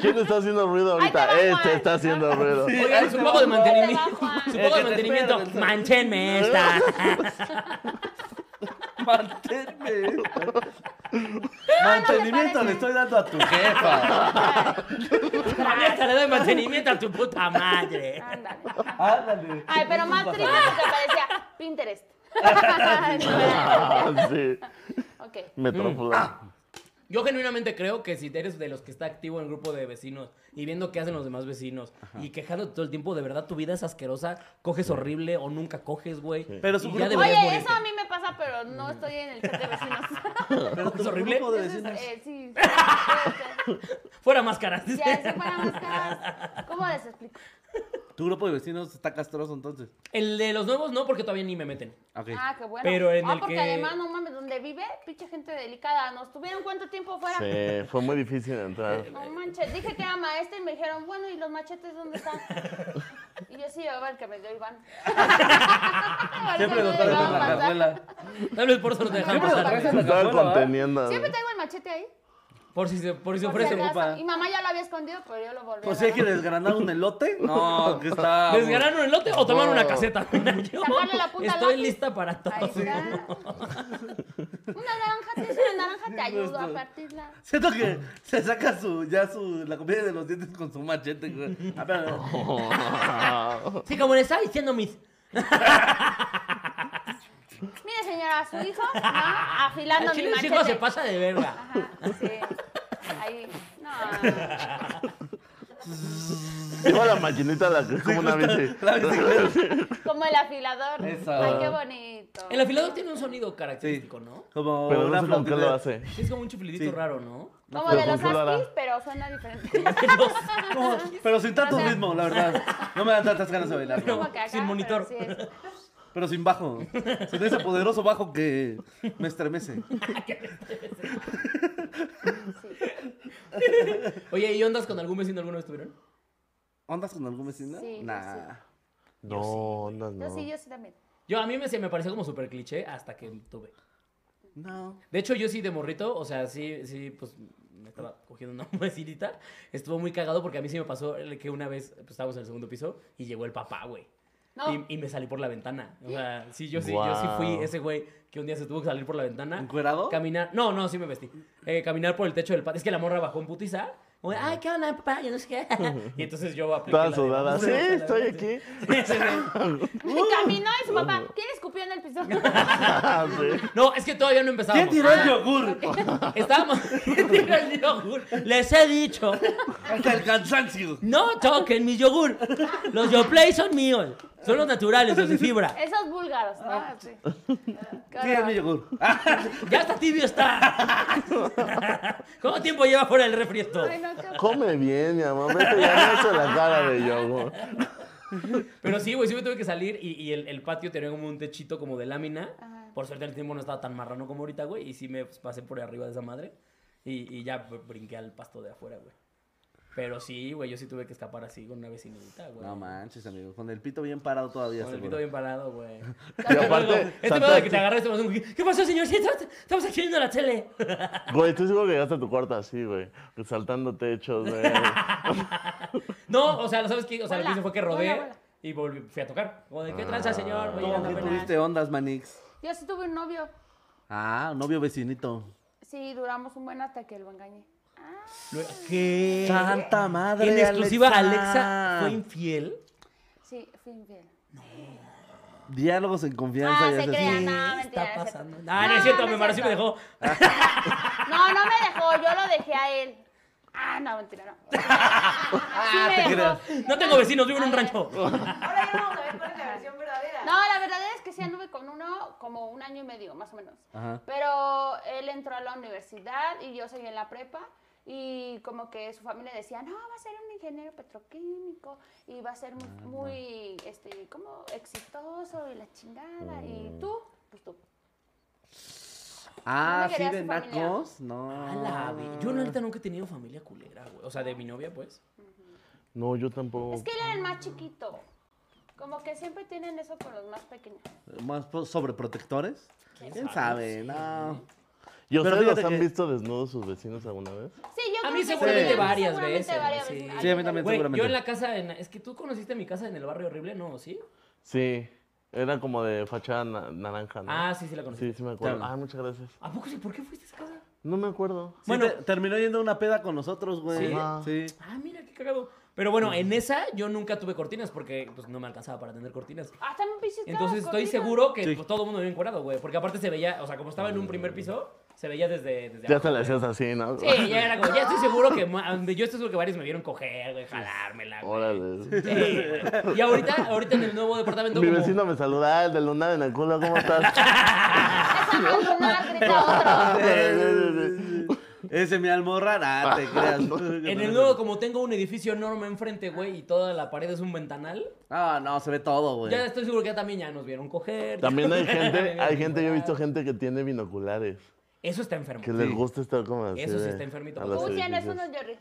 ¿Quién está haciendo ruido Ahí te ahorita? va, Este Juan. Ah, está haciendo ruido. Oigan, ahí su te poco va, de Juan. Ahí mantenimiento. te va, Juan. Su El poco de que te mantenimiento. espera, el- Manchenme esta. Manténme. Mantenimiento parece. le estoy dando a tu jefa. Con esta le doy mantenimiento a tu puta madre. Ándale. Ándale. Ay, pero más triste Ah. porque parecía [LAUGHS] Pinterest. [LAUGHS] Ah, sí. ok. Ah. Metrópolis. Yo genuinamente creo que si eres de los que está activo en el grupo de vecinos y viendo qué hacen los demás vecinos y quejándote todo el tiempo, de verdad tu vida es asquerosa, coges horrible o nunca coges, güey. Pero su Y grupo- deberías Oye, morirte. eso a mí me pasa, pero no estoy en el chat de vecinos. [LAUGHS] Pero tu Es horrible. grupo de Entonces, vecinos. eh, sí. puede ser. [LAUGHS] Fuera máscaras. Ya, sí, para más caras. ¿Cómo les explico? Tu grupo de vecinos está castroso entonces. El de los nuevos no, porque todavía ni me meten. Ok. Ah, qué bueno. Pero en ah, el porque que- además, no mames, donde vive, pinche gente delicada. ¿Nos tuvieron cuánto tiempo fuera? Sí, fue muy difícil entrar. No manches, dije que era maestra y me dijeron, bueno, ¿y los machetes dónde están? Y yo sí, a ver, que me [LAUGHS] dio Iván. Siempre nos traen en la cajuela. Tal vez por eso no te dejan Siempre nos pasar. traes güey. en Estaba la ¿eh? cajuela. ¿verdad? conteniendo. Siempre traigo el machete ahí. Por si se, por si se por ofrece. si acaso. ocupa. Mi mamá ya lo había escondido, pero yo lo volví. Pues a si hay que agarrar. desgranar un elote. No, que está. ¿Desganar un elote o tomar una caseta? Mira, yo Sacarle la punta al estoy lápiz. lista para todo. Ahí está. Una naranja, te hice una naranja, te ayudo a partirla. Siento que se saca su, ya su, la comida de los dientes con su machete. güey. Ah, pero- Sí, como le estaba diciendo mis. Mire, señora, su hijo, ¿no? Afilando Al mi chile su machete. hijo se pasa de verga. Ajá, sí. Ahí. No. Lleva la maquinita la, que- como una bici. La bicicleta. Como el afilador. Eso. Ay, qué bonito. El afilador tiene un sonido característico, ¿no? [LAUGHS] Como Pero una no sé con qué lo flautita. hace. Es como un chiflidito Sí. raro, ¿no? Como Pero de los con color, Askis, ah. pero suena diferente. Como- pero sin tanto O sea- ritmo, la verdad. No me dan tantas ganas de bailar. Pero- Como que acá, sin monitor. pero sí es. Pero sin bajo. Sin ese poderoso bajo que me estremece. Oye, ¿y ondas con algún vecino alguna vez tuvieron? ¿Ondas con algún vecino? Sí, yo nah. No, no, Yo no. sí, yo sí también. Yo, a mí me, se me pareció como súper cliché hasta que tuve. No. De hecho, yo sí de morrito, o sea, sí, sí, pues me estaba cogiendo una [LAUGHS] vecinita. Estuvo muy cagado porque a mí sí me pasó el que una vez pues, estábamos en el segundo piso y llegó el papá, güey. No. Y, y me salí por la ventana. O sea, sí, yo sí, yo sí Guau. fui ese güey que un día se tuvo que salir por la ventana. ¿Encuerado? Caminar. No, no, sí me vestí. Eh, caminar por el techo del patio. Es que la morra bajó en putiza. Como, Ay, ¿qué onda, papá? Yo no sé qué. Y entonces yo apliqué. Toda la de- sudada. Sí, estoy aquí. Sí, sí, sí. [LAUGHS] Y caminó y su papá, ¿quién escupió en el [LAUGHS] piso? Ah, [LAUGHS] sí. No, es que todavía no empezaba. ¿Quién tiró el yogur? Estábamos. [LAUGHS] ¿Quién tiró el yogur? Les he dicho. Hasta el cansancio. No toquen mi yogur. Los Yoplay son míos. Son los naturales, los de fibra. Esos búlgaros, ¿no? Así. Qué ¿Quién es mi horror. yogur? Ah, Ya está tibio está. ¿Cómo tiempo lleva fuera del refri esto? Ay, no, qué- Come bien, mi amor. Vete ya me hecho la cara de yogur. Pero sí, güey, sí me tuve que salir y, y el, el patio tenía como un techito como de lámina. Por suerte el tiempo no estaba tan marrano como ahorita, güey. Y sí me pues, pasé por arriba de esa madre. Y, y ya br- brinqué al pasto de afuera, güey. Pero sí, güey, yo sí tuve que escapar así con una vecinita, güey. No manches, amigo. Con el pito bien parado todavía. Con el seguro. pito bien parado, [LAUGHS] güey. Y aparte, este pedo de que saltaste. te agarras te vas un... ¿Qué pasó, señor? Sí, estamos- Estamos aquí viendo la tele. Güey, estoy seguro que llegaste a tu cuarto así, güey. Saltando techos, güey. No, o sea, ¿sabes qué? O sea, lo que Hola, hice fue que rodé hola, hola. y volví, fui a tocar. Como de, ¿qué tranza, señor? Oye, Ah. ¿Cómo anda que apenas. tuviste ondas, Manix? Yo sí tuve un novio. Ah, novio vecinito. Sí, duramos un buen hasta que lo engañé. Lo- ¿Qué? Santa madre. En exclusiva, Alexa fue infiel. Sí, fui infiel. Diálogos en confianza. Ah, ya se sé. crean, Sí. no, ¿Qué mentira. está no es pasando? cierto. Ah, no, es cierto, me es embarazó y me cierto. dejó. No, no me dejó, yo lo dejé a él. Ah, no, mentira, no. Ah, Sí te me dejó. creas. No tengo vecinos, vivo en un [LAUGHS] rancho. Ahora ya vamos a ver cuál es la versión verdadera. No, la verdad es que sí anduve con uno como un año y medio, más o menos. Ajá. Pero él entró a la universidad y yo seguí en la prepa. Y como que su familia decía, no, va a ser un ingeniero petroquímico y va a ser muy, Ah, muy, este, como exitoso y la chingada. Y Oh. tú, pues tú. Ah, ¿Dónde sí, quería de su familia? nacos. No. A la ve- Yo, la neta, nunca he tenido familia culera, güey. O sea, de mi novia, pues. No, yo Oh, tampoco. Es que él era el más chiquito. Como que siempre tienen eso con los más pequeños. ¿Más po- sobreprotectores? ¿Quién sabe? No. ¿Y Pero ustedes los fíjate han que- visto desnudos sus vecinos alguna vez? Sí, yo A creo mí que sí, seguramente Sí. varias seguramente veces. varias güey, veces. Sí, a mí también. Güey, seguramente. yo en la casa, en- es que tú conociste mi casa en el barrio horrible, ¿no? ¿Sí? Sí. Era como de fachada na- naranja, ¿no? Ah, sí, sí la conocí. Sí, sí me acuerdo. Claro. Ah, muchas gracias. ¿A poco sí? ¿Por qué fuiste a esa casa? No me acuerdo. bueno, Bueno. terminó yendo a una peda con nosotros, güey. ¿Sí? Ajá. Sí. Ah, mira, qué cagado. Pero bueno, en esa yo nunca tuve cortinas porque pues, no me alcanzaba para tener cortinas. Hasta me piso Entonces estoy cortina. seguro que Sí. pues, todo el mundo había encuerado, güey. Porque aparte se veía, o sea, como estaba en un primer piso, se veía desde, desde Ya abajo, te la güey. hacías así, ¿no? Sí, ya era como, ya estoy seguro que, ma- yo estoy seguro que varios me vieron coger, güey, jalármela, güey. Órale. Sí, güey. y ahorita, ahorita en el nuevo departamento Mi como- vecino me saluda, "Ah, el de Luna de Nancula, ¿cómo [LAUGHS] estás? Esa no es una, grita otro. Ese mi almorra, ah, [LAUGHS] te creas. [LAUGHS] En el nuevo, como tengo un edificio enorme enfrente, güey, y toda la pared es un ventanal, Ah, no, se ve todo, güey. ya estoy seguro que ya también ya nos vieron coger. También hay Me gente, vieron hay gente, yo he visto coger. gente que tiene binoculares, Eso está enfermo. que les gusta estar como así. Eso sí de- está enfermito. a los Uy, tienes edificios. uno, Jerry.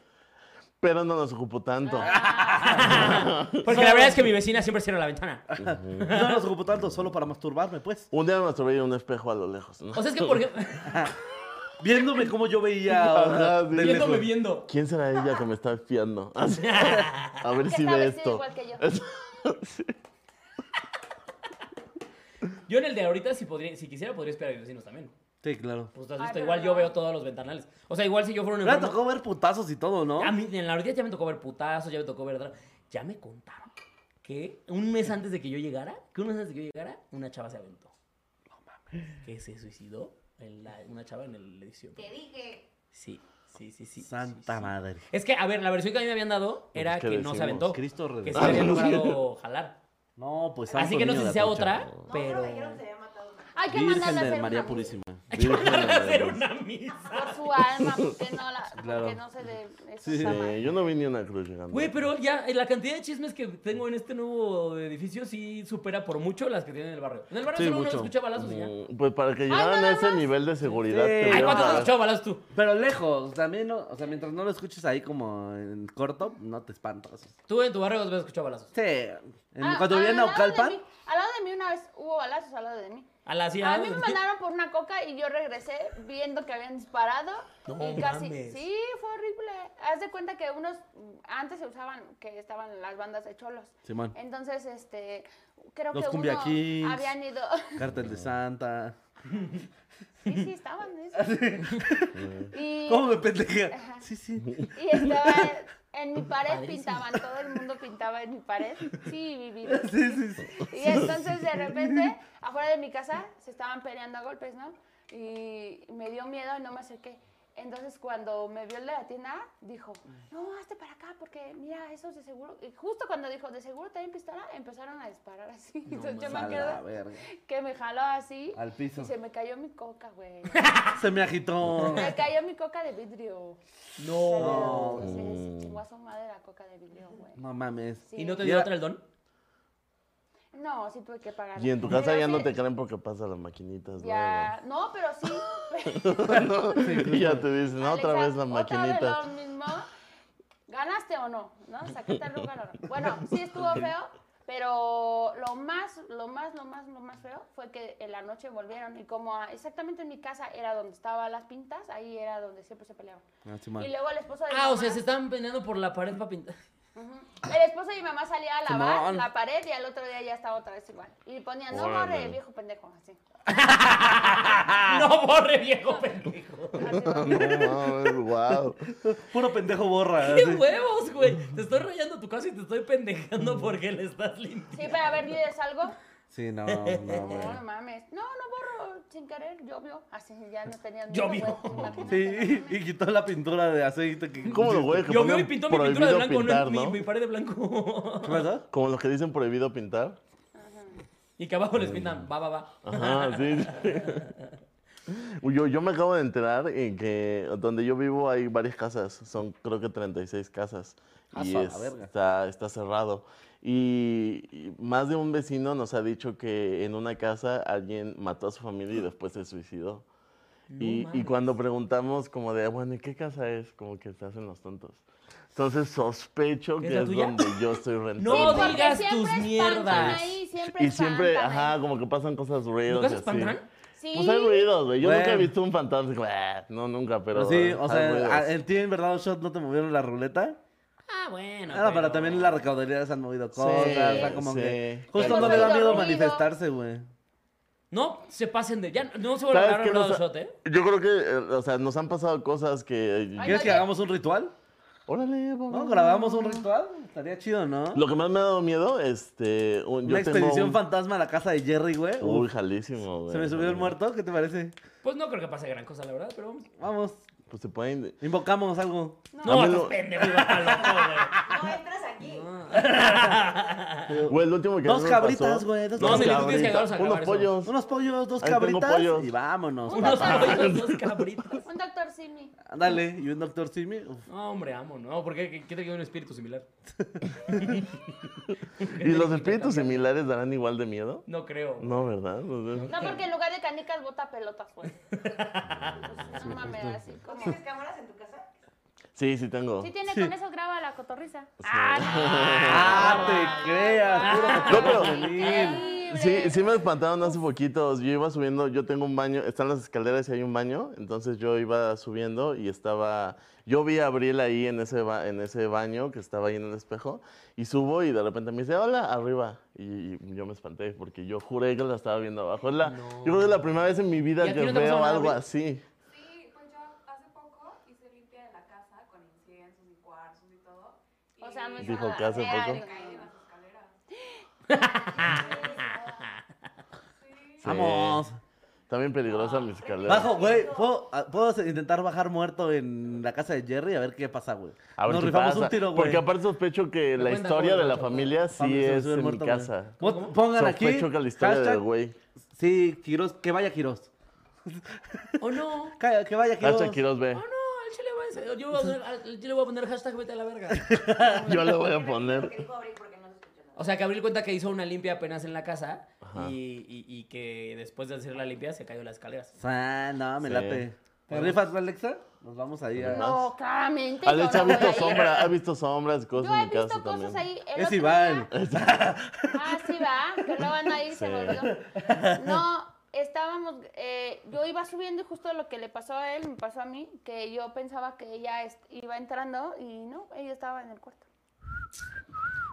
Pero no nos ocupó tanto. Ah. Porque la verdad es que mi vecina siempre cierra la ventana. No los ocupo tanto solo para masturbarme, pues. [LAUGHS] Un día me masturbé en un espejo a lo lejos. ¿no? O sea, es que por ejemplo, Viéndome como yo [LAUGHS] veía. o sea, Ajá, sí. de lejos. viéndome viendo. ¿Quién será ella que me está [LAUGHS] espiando? Así. A ver Que si está ve vestida esto. igual que yo. [LAUGHS] Sí. Yo en el de ahorita, si, podría, si quisiera, podría esperar a mis vecinos también. Sí, claro. Pues has Ay, visto, pero igual Ah, no. yo veo todos los ventanales. O sea, igual si yo fuera un Me ha enfermo. tocado ver putazos y todo, ¿no? A mí, en la ahorita ya me tocó ver putazos, ya me tocó ver. dra- Ya me contaron que un mes antes de que yo llegara, que un mes antes de que yo llegara, una chava se aventó. No mames. Que se suicidó en la- una chava en el edificio. Te dije. Sí, sí, sí, sí. [LAUGHS] Santa sí, sí. madre. Es que, a ver, la versión que a mí me habían dado era pues, que ¿qué no decimos? se aventó. Cristo que se redentor. había logrado jalar. No, pues santo Así que no niño sé de si sea Atocha. otra, No, pero. pero me dijeron que se había matado. Hay que Virgen mandarle a de hacer María una misa Purísima. Hay que mandarle a hacer una misa. por su alma, porque no, la, [LAUGHS] Claro. porque no se dé eso Sí. está mal. Eh, yo no vi ni una cruz llegando. Güey, pero ya eh, la cantidad de chismes que tengo en este nuevo edificio sí supera por mucho las que tienen en el barrio. En el barrio Sí, solo uno mucho. escucha balazos y ya. Mm, Pues para que llegaran nada a ese más. nivel de seguridad. Sí. que Ay, ¿Ay, vieron cuántos la- has escuchado balazos tú? Pero lejos, también, no- o sea, mientras no lo escuches ahí como en corto, no te espantas. Tú en tu barrio dos veces has escuchado balazos. Sí, en, Ah, cuando vivía en al lado de Naucalpan, mí- Al lado de mí una vez hubo balazos al lado de mí. A la ciudad. A mí me mandaron por una coca y yo regresé viendo que habían disparado No y casi mames. sí fue horrible. Haz de cuenta que unos mm, antes se usaban que estaban las bandas de cholos. Simón. Entonces, este, creo Los que Cumbia uno Kings. habían ido. [LAUGHS] Cártel de Santa. Sí, sí, estaban. sí. [LAUGHS] Y, ¿Cómo me pendeja? Sí, sí. y [LAUGHS] estaba en mi pared Padrísimo. pintaban, todo el mundo pintaba en mi pared. Sí, vivido. [LAUGHS] Sí, sí, sí. Y entonces de repente, afuera de mi casa, se estaban peleando a golpes, ¿no? Y me dio miedo y no me acerqué. Entonces cuando me vio el de la tienda, dijo, no, hazte para acá porque mira, esos de seguro... Y justo cuando dijo, de seguro tienen pistola, empezaron a disparar así. Entonces yo me A la acuerdo verga. que me jaló así Al piso. Ah, y se me cayó mi coca, [LAUGHS] güey. Se [LAUGHS] me agitó. me cayó mi coca de vidrio. [LAUGHS] No. Entonces, Mm. chingó a su madre la coca de vidrio, güey. No mames. Sí. ¿Y no te Y dio era- otra el don? No, sí tuve que pagar. Y en tu casa Pero ya no sí- te creen porque pasan las maquinitas, ¿no? [LAUGHS] Ya, no, pero sí. y ya te dicen, "No, otra Alexa, vez las [LAUGHS] otra vez maquinitas. lo mismo. ¿Ganaste o no? ¿No? ¿Sacaste el lugar o no? Bueno, sí estuvo feo, pero lo más, lo más, lo más, lo más feo fue que en la noche volvieron y como a- exactamente en mi casa era donde estaban las pintas, ahí era donde siempre se peleaban. Ah, Simón. Y luego el esposo de mi Ah, o mamá- sea, se estaban peleando por la pared para [LAUGHS] pintar. el esposo de mi mamá salía a lavar Simón. la pared y al otro día ya estaba otra vez igual. Y ponían, no Órale. borre, viejo pendejo, así. No borre, viejo pendejo. Así, [LAUGHS] No mames, wow. Puro pendejo [LAUGHS] borra. ¡Qué así. huevos, güey! Te estoy rayando tu casa y te estoy pendejando porque le estás limpiando. Sí, para ver, diles algo. Sí, no, no, No, güey. no mames. No, no borro sin querer. Llovió. Así ya no tenía Llovió. Sí, y quitó la pintura de aceite que. Como los güeyes que Yo veo y ponen pintó mi pintura de prohibido blanco, pintar, no, mi- ¿no? mi, pared de blanco. [LAUGHS] ¿Qué pasa? Como los que dicen prohibido pintar. y que abajo les pintan, va, va, va. Ajá, sí. sí. Uy, [LAUGHS] Yo, yo me acabo de enterar en que donde yo vivo hay varias casas, son creo que 36 casas. Y Aso, a la es- verga. está, está cerrado. Y, y más de un vecino nos ha dicho que en una casa alguien mató a su familia y después se suicidó. Y, y cuando preguntamos como de, "Ah, bueno, ¿y qué casa es? Como que se hacen los tontos. Entonces sospecho ¿Es que la es tuya? donde yo estoy rentando. No porque digas siempre tus espantan mierdas. ahí, siempre y siempre, espantan ahí. ajá, como que pasan cosas ¿Tu reales. casa es pantalón? Sí. Pues hay ruidos, güey. Yo nunca he Bueno. visto un fantasma. así como, "Ah", No, nunca, pero. Pero sí, o hay sea, ruidos. a- en ti en verdad los shots no te movieron la ruleta. Ah, bueno. Ah, pero pero- también las recauderías han movido cosas. o sea, como sí. que. Hemos Justo no le da oído miedo ruido. manifestarse, güey. No se pasen de. Ya no se vuelve a ¿Sabes agarrar qué un lado nos ha- shot, ¿eh? Yo creo que, eh, o sea, nos han pasado cosas que. Ay, ¿Quieres no, que ya- hagamos un ritual? Órale, vamos. ¿No? ¿Grabamos un ritual? Estaría chido, ¿no? Lo que más me ha dado miedo, este. un- yo Una tengo expedición un- fantasma a la casa de Jerry, güey. Uy, Uf, jalísimo, güey. ¿Se me subió el muerto? ¿Qué te parece? Pues no creo que pase gran cosa, la verdad, pero vamos. Vamos, Pues te pueden. invocamos algo. No, A mí estás lo- pendejo, está loco, [LAUGHS] No entras aquí. Güey, el último que Dos nos cabritas, pasó- güey, dos Dos No, ni le cabritas. tienes que llegarnos a Unos grabar eso. pollos. Unos pollos, dos Ahí tengo cabritas. pollos. Y vámonos. güey. Unos papá. pollos, dos cabritas. Un doctor Simi. Ándale, y un doctor Simi. uf. No, hombre, amo, ¿no? Porque ¿qué te queda un espíritu similar? ¿Y los espíritus similares darán igual de miedo? No creo. No, ¿verdad? No, No, porque en lugar de canicas bota pelotas, güey. Pues, No mames, Pues, así ¿No como. tienes cámaras en tu casa? Sí, sí tengo. Si tiene con eso, graba la cotorriza. Ah, te creas, No, pero- Increíble. Sí, sí me espantaron hace poquitos. Yo iba subiendo, yo tengo un baño, están las escaleras y hay un baño, entonces yo iba subiendo y estaba, yo vi a Abril ahí en ese, ba- en ese baño que estaba ahí en el espejo y subo y de repente me dice, hola, arriba. Y, y yo me espanté porque yo juré que la estaba viendo abajo. Es la- Yo creo que es la primera vez en mi vida ¿Y a ti que no te pasó veo nada, algo Abril? así. Sí, pues yo hace poco hice limpia de la casa con inciensos y cuarzos y todo. O sea, no es Dijo nada. que hace Era poco. de Caí en caída. las escaleras. Sí. Vamos. También peligrosa mis escaleras. Bajo, güey. ¿puedo, ah, puedo hacer- intentar bajar muerto en la casa de Jerry a ver qué pasa, güey. A ver Nos qué rifamos pasa, un tiro, güey. Porque aparte sospecho que Me la cuentan historia cómo de lo la hizo, familia Vamos, sí se nos es sube el en mi muerto, güey. casa. Vot- Pongan aquí. Sospecho que la historia del hashtag- güey. Sí, Quiroz, que vaya Quiroz. ¿O no? Calla, Que vaya Quiroz. Hacha Quiroz ve. No, [LAUGHS] no, al chile voy a, yo voy a poner, al chile voy a poner hashtag vete a [LAUGHS] la verga. Yo le voy a Porque poner. dijo Abril porque no se escuchó nada. O sea, que Abril cuenta que hizo una limpia apenas en la casa Ajá. y, y- y que después de hacer la limpia se cayó las escaleras. Ah, no, me Sí. late. ¿Te rifas, Alexa? Nos vamos ahí a... No, claramente. yo Alexa ha no voy visto a ir. sombras, ha visto sombras, Yo cosas he en mi visto casa cosas también. ahí. el Es otro Iván. Ah, sí, va, que no van a ir, se Sí. me olvidó. No, estábamos, eh, yo iba subiendo y justo lo que le pasó a él me pasó a mí, que yo pensaba que ella est- iba entrando y no, ella estaba en el cuarto.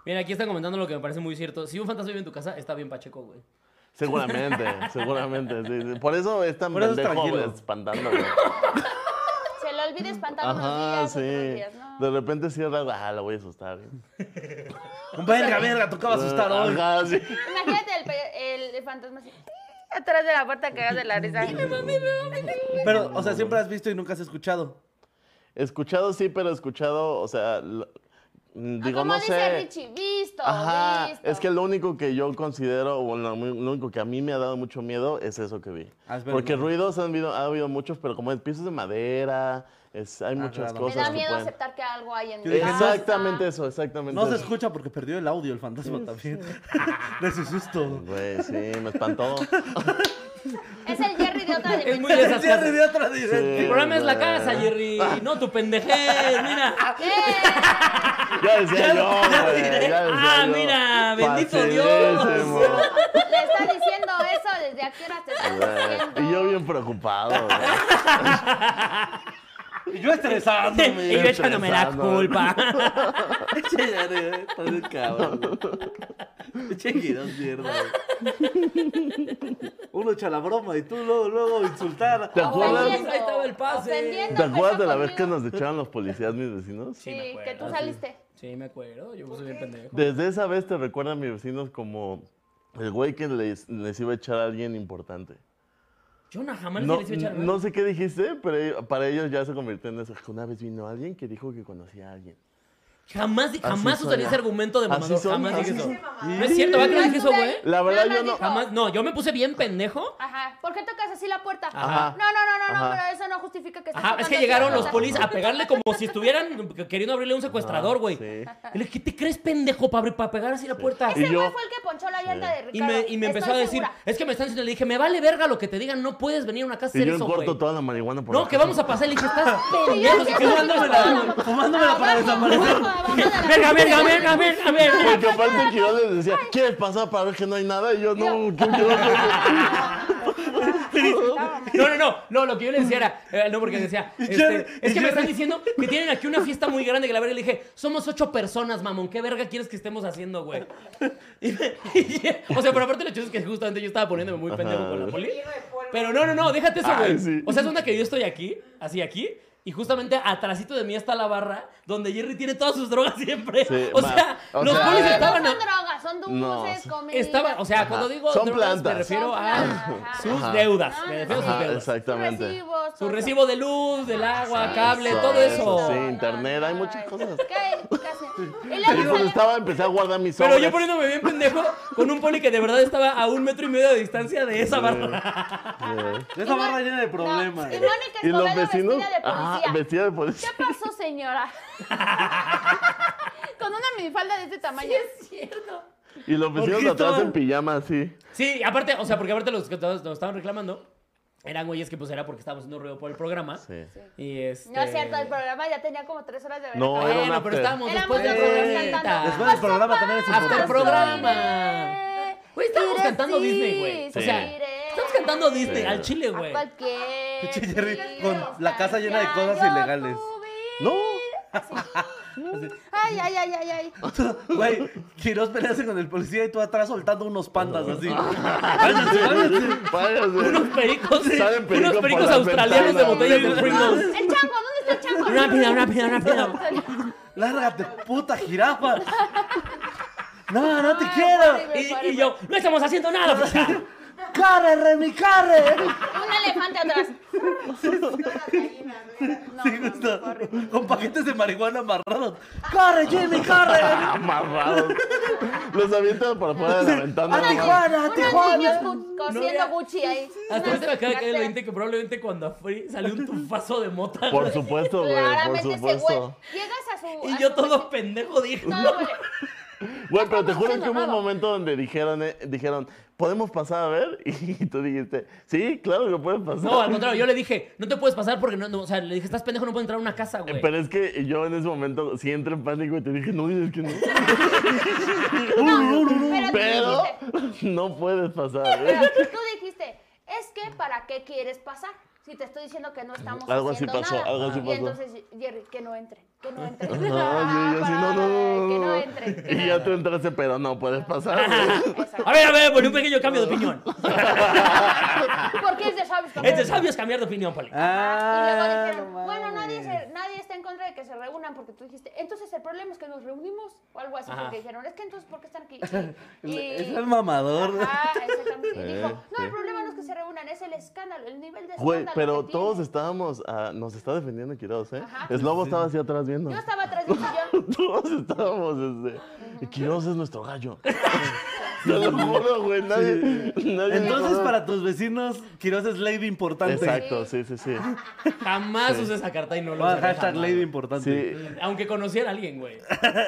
Mira, aquí están comentando lo que me parece muy cierto. Si un fantasma vive en tu casa, está bien pacheco, güey. [LAUGHS] Seguramente, seguramente. sí, sí. Por eso es tan Por eso es pendejo tranquilo. [LAUGHS] espantando. güey. Se le olvida espantar Ajá, unos días, sí. otros días, ¿no? De repente cierra, ah, la voy a asustar. Verga, verga, tocaba asustar hoy. Ajá, sí. Imagínate el, pe- el, el fantasma así, Ah, atrás de la puerta que hagas de la risa. Pero, o sea, siempre has visto y nunca has escuchado. Escuchado sí, pero escuchado, o sea, lo- mm, Ah, digo, como no dice sé. Richie, visto, Ajá, visto. es que lo único que yo considero, o lo, mu- lo único que a mí me ha dado mucho miedo es eso que vi. Ah, espera, Porque no. ruidos han habido, ha habido muchos, pero como el piso es de madera, es- hay muchas claro. Me cosas da que miedo pueden- aceptar que algo hay en Yo mi dije, no, casa. Exactamente eso, exactamente No se eso. escucha porque perdió el audio el fantasma también. [LAUGHS] De su susto. Güey, sí, me espantó. Es el Jerry [LAUGHS] de otra Es [LAUGHS] dimensión. muy de esas Jerry casas. de otra dimensión. El problema es la casa, Jerry. No, tu pendejez, [LAUGHS] mira. ¡Eh! Ya decía yo, güey, ya decía Ah, yo. mira, bendito Dios. Facilísimo. Le está diciendo eso desde a qué hora te está diciendo. Güey, Y yo bien preocupado. güey. Y yo estresándome. Y yo echándome la Estresando. culpa. Che, Jerry, eh, estás de cabrón. güey. Che, Guido, mierda. güey. Uno echa la broma y tú luego, luego insultar. ¿Te acuerdas? Ofendiendo, Ahí estaba el pase. ofendiendo, ¿Te acuerdas empezó de la vez que conmigo. nos echaron los policías, mis vecinos? Sí, me acuerdo, que tú sí. saliste. Sí, me acuerdo. Yo soy bien pendejo. Desde esa vez te recuerdan mis vecinos como el güey que les, les iba a echar a alguien importante. Yo no, jamás No, les iba a echar. no sé qué dijiste, pero e- para ellos ya se convirtió en eso. que Una vez vino alguien que dijo que conocía a alguien. Jamás, jamás son, usaría ya. ese argumento de Así mamador. son, jamás así dije eso. son. No es cierto, ¿va que no dije eso, güey? La verdad, Nada yo no- dijo, Jamás. No, yo me puse bien pendejo. Ajá. ¿Por qué tocas así la puerta? Ajá. No, no, no, no, no, Ajá. pero eso no justifica que estés Ajá, es tocando que así llegaron la los puerta. polis a pegarle como si estuvieran queriendo abrirle un secuestrador, güey. Ah, sí. Y le dije, ¿Qué te crees, pendejo, para abrir- para pegar así la puerta? Ese Y yo- güey fue el que ponchó la llanta de Y Ricardo. me, y me empezó a estoy decir, segura. es que me están diciendo, le dije, me vale verga lo que te digan, no puedes venir a una casa a Y hacer yo en eso, corto güey. toda la marihuana por No, la que casa. vamos a pasar, le [LAUGHS] dije, estás pendejo, pues, Sí, si yo quieres sí, mándame abajo, la- abajo, fumándomela para abajo, desaparecer. abajo, abajo de la- Verga, verga, verga, verga, verga. Porque aparte Quiroz les decía, ¿quieres pasar para ver que no hay nada? Y yo, no, ¿quién Quiroz? No, no, no, no, lo que yo le decía era, eh, no, porque decía, este, Jerry, y es que me Jerry. están diciendo que tienen aquí una fiesta muy grande que la verga le dije, somos ocho personas, mamón, ¿qué verga quieres que estemos haciendo, güey? Y me- [LAUGHS] y- o sea, pero aparte lo chido es que justamente yo estaba poniéndome muy pendejo con la poli. Lleno de polvo. Pero no, no, no, déjate eso, Ay, güey. sí. O sea, es una que yo estoy aquí, así aquí, Y justamente atrásito de mí está la barra donde Jerry tiene todas sus drogas siempre. Sí, o, ma- sea, o los sea- polis Ah, estaban... No son drogas, son dulces, No, comida. Estaba, o sea, ah, Ajá. cuando digo Son drogas me plantas. refiero Son a plantas, sus ajá. deudas. No, me no, refiero a sus sí. Ajá, deudas. Sus Ah, exactamente. recibos, Su todo. recibo de luz, del agua, cable, Exacto, todo eso. Sí, internet, hay muchas cosas. ¿Qué? ¿Qué hacen? Y Yo luego cuando sale- estaba empecé a guardar mis Pero yo obras. poniéndome bien pendejo con un poli que de verdad estaba a un metro y medio de distancia de esa Eh, barra. Esa y Mónica- barra llena de problemas. No, y Mónica Y los Escobedo vecinos. vestida de Ajá, policía. vestida de ¿Qué policía. pasó, señora? Con una minifalda de este tamaño. Y los vecinos qué de atrás estaban? en pijama así. Sí, aparte, o sea, porque aparte los que todos nos estaban reclamando eran güeyes que pues era porque estábamos haciendo ruido por el programa. Sí. Y este... Ah, No es cierto, el programa ya tenía como tres horas de verdad. No, era un Bueno, pero after. estábamos Era después muy del tarde Después programita. del programa también es Hasta el importante. programa. Güey, estábamos cantando Disney, güey. O Sí. sea, estamos cantando Disney Sí. al chile, A güey. cualquier. Pinche Jerry sitio con la casa llena de cosas yo ilegales. tuve- No, Ay, ay, ay, ay, ay. Güey, Quiroz pelearse con el policía y tú atrás soltando unos pandas así. Váyanse, váyanse. váyase. Unos pericos, Salen perico unos por pericos las australianos de ventanas. botellas de Pringles. El chango, ¿dónde está el chango? Rápido, [LAUGHS] rápido, rápido. Lárgate, puta jirafa. No, no te Ay, quiero. horrible. Y, y yo, no estamos haciendo nada, pues, fija. [LAUGHS] ¡Carre, Remy, carre! Un elefante atrás. No, Sí, no, justo. Con paquetes de marihuana amarrados. ¡Corre, Jimmy, corre! Amarrados. Los avientan para afuera de la ventana. ¡A Tijuana, a Unos niños Tijuana! co- cosiendo había- Gucci ahí. Hasta Unas ahorita me acaba de caer el carteras. 20 que probablemente cuando a Free salió un tufazo de mota. Por güey. supuesto, güey, por Claramente ese güey. supuesto. Llegas a su. a Y su yo todo vecino- pendejo dije. No, "No". [LAUGHS] güey. Güey, pero te estamos juro haciendo que hubo un nada. momento donde dijeron, eh, dijeron, ¿podemos pasar a ver? [LAUGHS] Y tú dijiste, sí, claro que pueden pasar. No, al contrario, yo le dije, no te puedes pasar porque no, no, o sea, le dije, estás pendejo, no puedes entrar a una casa, güey. Pero es que yo en ese momento sí entré en pánico y te dije, no, es que [LAUGHS] no. [LAUGHS] pero tú Pero dijiste- no puedes pasar. pero ¿eh? tú dijiste, es que ¿para qué quieres pasar? Si te estoy diciendo que no estamos Algo así haciendo pasó, nada. algo así y pasó. entonces, Jerry, que no entren, que no [LAUGHS] entren. Ajá, yo- yo sí, no, no, no, Que no no, entren. no. [LAUGHS] Y ya tú entraste, pero no puedes [LAUGHS] pasar. güey. A ver, a ver, por un pequeño cambio de [LAUGHS] opinión. Porque es de sabios. es de comer. sabios cambiar de opinión, Poli. Ah, Ah, y luego dijeron, no bueno, mames. nadie, se- nadie está en contra de que se reúnan porque tú dijiste, entonces el problema es que nos reunimos o algo así. Ajá. Porque dijeron, es que entonces, ¿por qué están [LAUGHS] aquí? Y, y- Es el mamador. Ajá, Ah, exactamente. Y dijo, Sí, no, sí. el problema no es que se reúnan, es el escándalo, el nivel de escándalo. Güey, pero que todos tiene". estábamos, ah, nos está defendiendo Quiroz, ¿eh? Ajá. El lobo estaba así atrás viendo. [LAUGHS] Yo estaba atrás de yo. Todos estábamos, este, Quiroz es nuestro [LAUGHS] gallo. Te lo juro, güey, nadie, nadie [LAUGHS] Entonces, nos- para tus vecinos, Quiroz es lady importante. Exacto, sí, sí, sí. Jamás usé esa carta y no lo Ah, usaré hashtag jamás. lady Sí. importante. Aunque conociera a alguien, güey. [LAUGHS]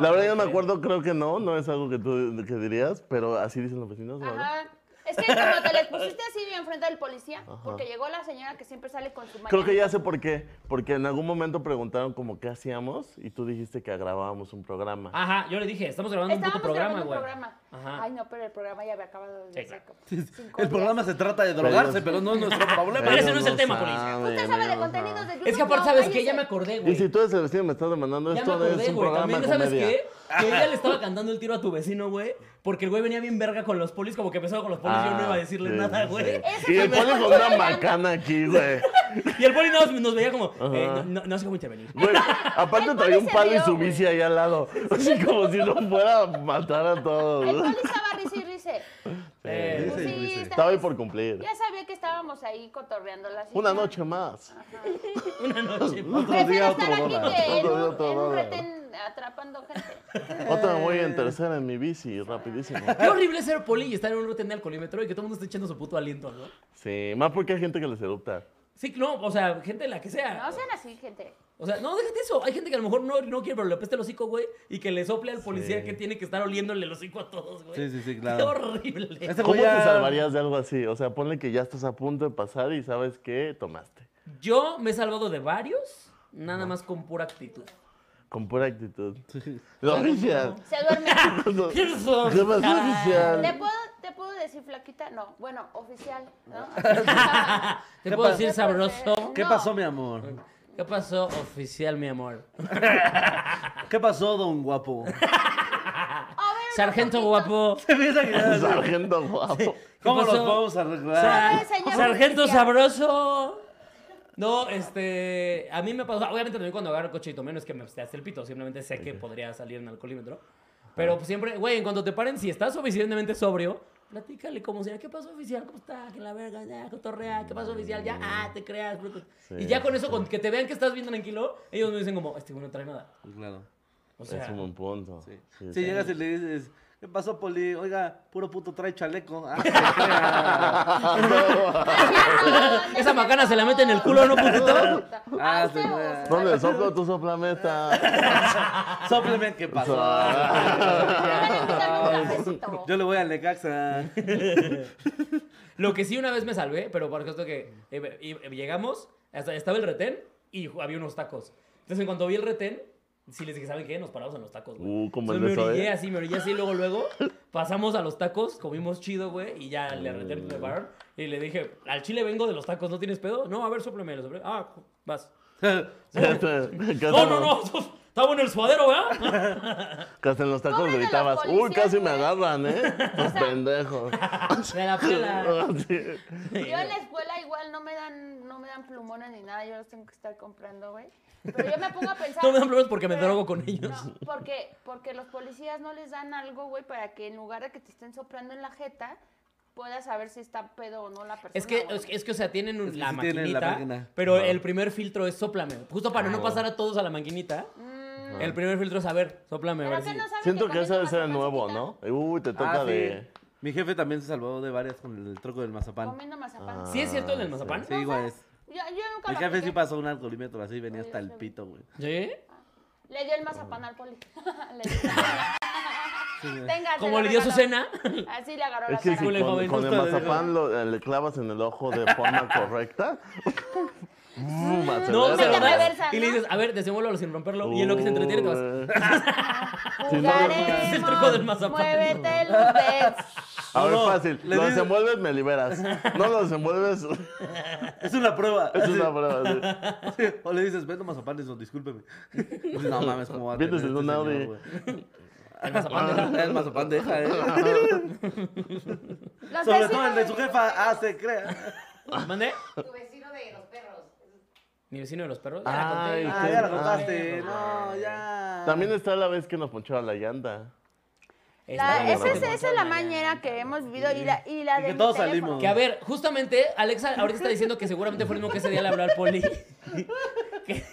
La verdad yo me acuerdo, creo que no, no es algo que tú que dirías, pero así dicen los vecinos, ¿no? Ajá. Es que como te les pusiste así enfrente del policía, porque llegó la señora que siempre sale con su mañana. Creo que ya sé por qué, porque en algún momento preguntaron como qué hacíamos y tú dijiste que grabábamos un programa. Ajá, yo le dije, estamos grabando un Estábamos puto programa, grabando un güey. programa. Ajá. Ay, no, pero el programa ya había acabado Sí, desde claro. como cinco El programa días. se trata de drogarse, Pero- pero no es nuestro problema. Pero ese no es el tema, policía. Usted sabe de contenidos de YouTube. Es que aparte, Pues no, ¿sabes qué? cállese. Ya me acordé, güey. Y si tú eres el vecino y me estás demandando Ya me esto, no es acordé, un güey. programa También, de ¿sabes comedia. qué? Que ella le [LAUGHS] estaba cantando el tiro a tu vecino, güey. Porque el güey venía bien verga con los polis, como que empezaba con los polis y yo no iba a decirle Ah, sí, nada, sí, güey. [LAUGHS] Ese sí. Y le también pones fue con una bueno. macana aquí, güey. Y el poli nos, nos veía como, eh, no, no- no sé cómo intervenir. [LAUGHS] Güey, aparte El traía poli un se palo y rió, su güey. bici ahí al [LAUGHS] lado. [LAUGHS] Así como si no fuera a matar a El todos. poli estaba risa y risa. Eh, Pues sí, está- Estaba ahí por cumplir. Ya sabía que estábamos ahí cotorreando la Una señora. noche más. una noche. más. Prefiero día, estar otro aquí dólar. que en Otro día, un, otro en un dólar. retén atrapando gente. Otra me voy Eh. en tercera en mi bici, rapidísimo. Qué horrible ser poli y estar en un retén de alcoholímetro y que todo el mundo esté echando su puto aliento, ¿no? Sí, más porque hay gente que les erupta. Sí, no, o sea, gente la que sea. No sean así, gente. O sea, no, déjate eso. Hay gente que a lo mejor no, no quiere, pero le apesta el hocico, güey, y que le sople al policía que tiene que estar oliéndole el hocico a todos, güey. Sí, sí, sí, Qué claro. horrible. Este ¿Cómo güey te ya- salvarías de algo así? O sea, ponle que ya estás a punto de pasar y sabes que tomaste. Yo me he salvado de varios, nada más con pura actitud. Con pura actitud. [LAUGHS] Lo oficial. Se duerme. Lo- ¿Qué es [LAUGHS] eso? lo más ¿Te [LAUGHS] oficial. Pues, puedo, ¿Te puedo decir flaquita? No, bueno, oficial, [LAUGHS] ¿no? ¿Te ¿Qué puedo pasó? decir sabroso? ¿Qué No. pasó, mi amor? ¿Qué pasó, oficial, mi amor? ¿Qué pasó, don guapo? [LAUGHS] A ver, Sargento poquito. guapo. Se piensa que ya- Sargento guapo. ¿Cómo ¿Qué pasó? nos vamos a arreglar? Ay, Sar- señor Sargento oficial. sabroso. No, este. A mí me pasó. Obviamente también cuando agarro el coche y tomé, no es que me absteaste el pito. Simplemente sé que podría salir en alcoholímetro. Pero pues, siempre, güey, en cuanto te paren, si estás suficientemente sobrio, platícale como sea. ¿Qué pasó, oficial? ¿Cómo está? ¿Qué la verga? Ya, cotorrea. ¿Qué pasó, oficial? Ya, ah, te creas, bruto. Sí, y ya con eso, sí. con que te vean que estás bien tranquilo, ellos me dicen como, este güey no trae nada. Claro. O sea, es un buen punto. Sí. Sí, si llegas y le dices, ¿qué pasó, Poli? Oiga, puro puto trae chaleco. [LAUGHS] Ah, se crea. [LAUGHS] [LAUGHS] esa macana se la mete en el culo, [LAUGHS] ¿no, putito? Ah, Ah, usted sí, o claro. usted. ¿Dónde soplo tu soplameta? [LAUGHS] Sópleme, ¿qué [LAUGHS] pasó? Dale, [LAUGHS] dale un cafecito. Yo le voy [LAUGHS] al Necaxa. Lo que sí una vez me salvé, pero por esto que eh, y- eh, llegamos, hasta- estaba el retén y ju- había unos tacos. Entonces, en cuanto vi el retén, sí les dije, ¿saben qué? Nos paramos en los tacos, güey. Uh, como el Entonces, de me orillé Zoe. así, me orillé así, luego, luego, pasamos a los tacos, comimos chido, güey, y ya Ah. le retén me pararon. Y le dije, al chile vengo de los tacos, ¿no tienes pedo? No, a ver, súpleme, lo soplé. Ah, [LAUGHS] vas. No, no, no, estaba en el suadero, ¿verdad? Que hasta en los tacos Cóbrale a los gritabas, uy, policías, casi me güey". agarran, [LAUGHS] ¿eh? Los pendejos. Ah, Me la [LAUGHS] pela. Sí. Yo en la escuela igual no me dan, no me dan plumones ni nada, yo los tengo que estar comprando, güey. Pero yo me pongo a [LAUGHS] pensar. No me dan problemas porque me pero- drogo con ellos. No, porque, porque los policías no les dan algo, güey, para que en lugar de que te estén soplando en la jeta, puedas saber si está pedo o no la persona. Es que, güey. es, que- es que, o sea, tienen un- Es que la sí maquinita, tienen la máquina. Ah, pero el primer filtro es soplame. Justo para no pasar a todos a la maquinita, Mm, el primer filtro es a ver, soplame, a pero ver que si... no saben Siento que comiendo ese debe ser el mazapán nuevo, se ¿no? Uy, te toca Ah, sí. de... Mi jefe también se salvó de varias con el troco del quita? mazapán. Comiendo mazapán. Ah. ¿Sí es cierto el del mazapán? Sí, güey. es- Yo, yo nunca Mi lo jefe sí apliqué. pasó un alcoholímetro así, venía hasta el Sí. pito, güey. ¿Sí? Le dio el mazapán al poli. [LAUGHS] le dio. [LAUGHS] Tenga, se Como lo le dio su regaló. cena. Así le agarró Es la que cara. sí. si con, joven, con el justo de- mazapán lo- eh, le clavas en el ojo de forma correcta. [LAUGHS] Mm, No, se Vete lo a das reversa, y le ¿no? dices, a ver, desenvuélvalo sin romperlo. Y en lo que se entretiene te vas. Uy. Si no, Jugaremos. es el truco del [LAUGHS] mazapán. Muévete, Lourdes. A ver, No, no, fácil. le Lo dices- desenvuelves, me liberas. No lo desenvuelves, Es una prueba. es [LAUGHS] Así- una prueba. O le dices, vendo mazapán, y eso, discúlpeme. Dices, no mames, ¿cómo va a Vienes tener en un este Audi. señor, güey?" El mazapán de Ah, El mazapán deja, ¿eh? Los Sobre vecinos todo el de su de- jefa, ah, se crea. la- ¿Mande? Tu vecino de los perros. Mi vecino de los perros. Ya la conté. Ay, Ah, qué- ya lo ah. contaste. No, ya. También está la vez que nos ponchó la llanta. La- Está esa, bien, es, Marta. esa es la mañana que hemos vivido y la, y la Y de que mi todos teléfono. salimos. Que a ver, justamente, Alexa ahorita está diciendo que seguramente fue el mismo que ese día le habló al poli. [LAUGHS] Que-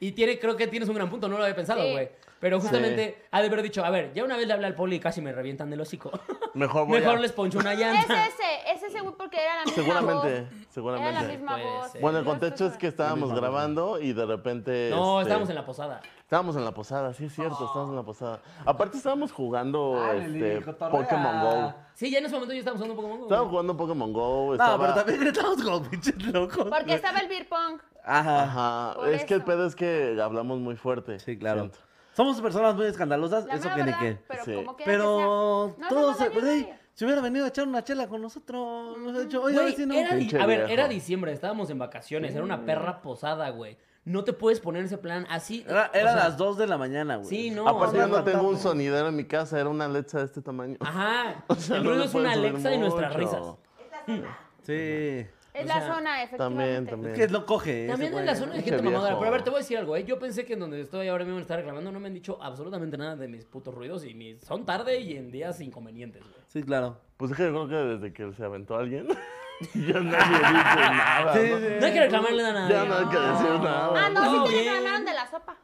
y tiene, creo que tienes un gran punto, no lo había pensado, Sí. güey. Pero justamente ha de haber dicho, a ver, ya una vez le hablé al poli y casi me revientan del hocico. [LAUGHS] Mejor voy Mejor a- les [LAUGHS] poncho una Es llanta. ese, es ese güey porque era la misma Seguramente, voz. Era la seguramente. misma Puede voz. ser. Bueno, el contexto es que estábamos Misma voz. grabando y de repente... No, este, estábamos en la posada. Estábamos en la posada, sí es cierto, estábamos en la posada. Aparte estábamos jugando Dale, este, cotorrea. Pokémon GO. Sí, ya en ese momento yo estábamos usando un Pokémon. Estábamos güey. jugando Pokémon GO, No, estaba... pero también gritamos como pinches locos. Porque estaba el beer pong. Ajá. Ajá, Por es que el eso. pedo es que hablamos muy fuerte. Sí, claro. siento. Somos personas muy escandalosas, La eso mera que ni verdad, qué. pero Sí. como quiera que Pero sea. No, todos, no, no, se- no, no, güey, no. si hubiera venido a echar una chela con nosotros, nos hubiera dicho, oye, Güey, vecino. era di- Pinche a ver, viejo. Mm. era diciembre, estábamos en vacaciones, era una perra posada, güey. No te puedes poner ese plan así. Era, era o sea, las 2 de la mañana, güey. Sí, no. Aparte o yo sea, no tengo un matamos. sonidero en mi casa, era una Alexa de este tamaño. Ajá. O sea, el [LAUGHS] no ruido le es una puedes subir Alexa y nuestras mucho. risas. Sí. Es O la sea, zona, También, efectivamente. también. Es que no coge. ese También en güey. la zona de gente Pinche mamadora. viejo. Pero a ver, te voy a decir algo, ¿eh? Yo pensé que en donde estoy ahora mismo me están reclamando no me han dicho absolutamente nada de mis putos ruidos y mis... son tarde y en días inconvenientes, güey. Sí, claro. Pues es que yo creo que desde que se aventó alguien, [LAUGHS] ya nadie dice [LAUGHS] nada. Sí, ¿no? sí. No hay que reclamarle a nadie. Ya no hay que decir nada. Ah, no, No, sí te bien. reclamaron de la sopa.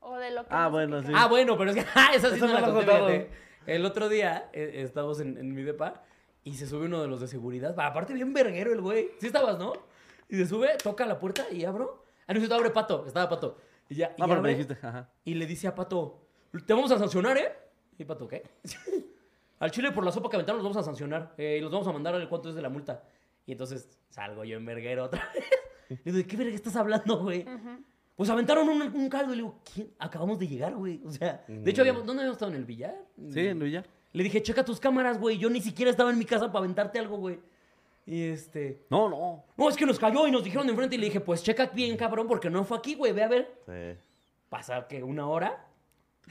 O de lo que. Ah, no sé bueno, qué sí. Ah, bueno, pero es que [LAUGHS] ¡Ah! esa sí Eso no no la lo he conté, contado. fíjate. El otro día eh, estábamos en, en mi depa y se sube uno de los de seguridad. Aparte, bien verguero el güey. Sí estabas, ¿no? Y se sube, toca la puerta y abro. Ah, no, cierto, abre Pato. Estaba Pato. Y ya, y No, Ah, pero me abre. dijiste, ajá. Y le dice a Pato, te vamos a sancionar, ¿eh? Y Pato, ¿qué? [LAUGHS] Al chile por la sopa que aventaron los vamos a sancionar. eh, y los vamos a mandar al cuánto es de la multa. Y entonces salgo yo en verguero otra vez. [LAUGHS] Le digo, ¿de qué verga estás hablando, güey? Pues aventaron un, un caldo. Y le digo, ¿quién? Acabamos de llegar, güey. O sea, de hecho, habíamos, ¿dónde habíamos estado? ¿En el billar? Sí, en Villa. Le dije, checa tus cámaras, güey. Yo ni siquiera estaba en mi casa para aventarte algo, güey. Y este... No, no. No, es que nos cayó y nos dijeron de enfrente. Y le dije, pues checa bien, cabrón, porque no fue aquí, güey. Ve a ver. Sí. Pasa que una hora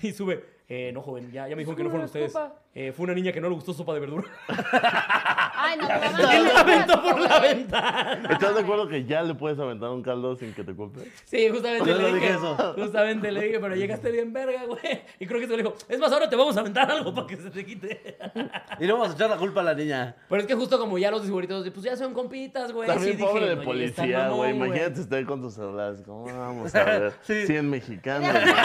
y sube. Eh, no, joven, ya, ya me dijo que no fueron ustedes. Eh, fue una niña que no le gustó sopa de [LAUGHS] verdura. Ah, Ay, no, me Y mandan [LAUGHS] la aventó por la güey. ventana. ¿Estás de acuerdo que ya le puedes aventar un caldo sin que te culpe? Sí, justamente Yo le no dije dije eso. [LAUGHS] Justamente le dije, pero llegaste bien verga, güey. Y creo que se le dijo, es más, ahora te vamos a aventar algo para que se te quite. [LAUGHS] Y le vamos a echar la culpa a la niña. Pero es que justo como ya los disgustitos, pues ya son compitas, güey. También sí, pobre dije, de "Oye, está policía, mamón, güey. Imagínate estar con tus celulares. ¿Cómo vamos a ver? Sí. 100 [LAUGHS] mexicanos. güey.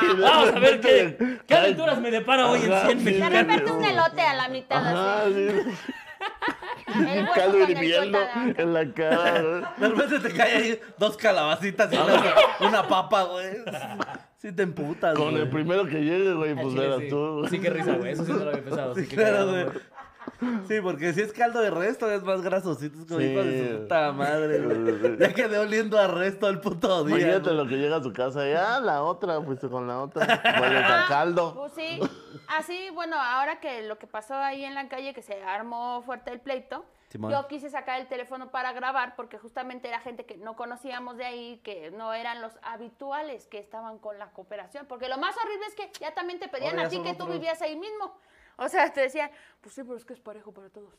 Y de Vamos a ver repente- qué, qué aventuras me depara hoy Ajá, en 100 sí. De mexicanos. repente un elote a la mitad, Ajá, así. ¿eh? sí. El hueso caldo con el hirviendo sótano. en la cara. güey. De repente te caen ahí dos calabacitas y una, una papa, güey. Sí te emputas, Con güey. el primero que llegue, güey, Al pues chile, verás sí. tú. güey. Sí, qué risa, güey. Eso sí no lo había pensado. [LAUGHS] Sí, sí, qué claro, cagado, güey. Sí, porque si es caldo de resto es más grasosito, es como Sí. hijo de su puta madre, güey. Ya quedé oliendo a resto el puto día. Imagínate güey. lo que llega a su casa y ah, la otra, fuiste con la otra. Huele a caldo. Pues [LAUGHS] sí. Así, bueno, ahora que lo que pasó ahí en la calle, que se armó fuerte el pleito, Simón. yo quise sacar el teléfono para grabar porque justamente era gente que no conocíamos de ahí, que no eran los habituales que estaban con la cooperación. Porque lo más horrible es que ya también te pedían Ahora a ya ti son que tú otros. vivías ahí mismo. O sea, te decían, pues sí, pero es que es parejo para todos.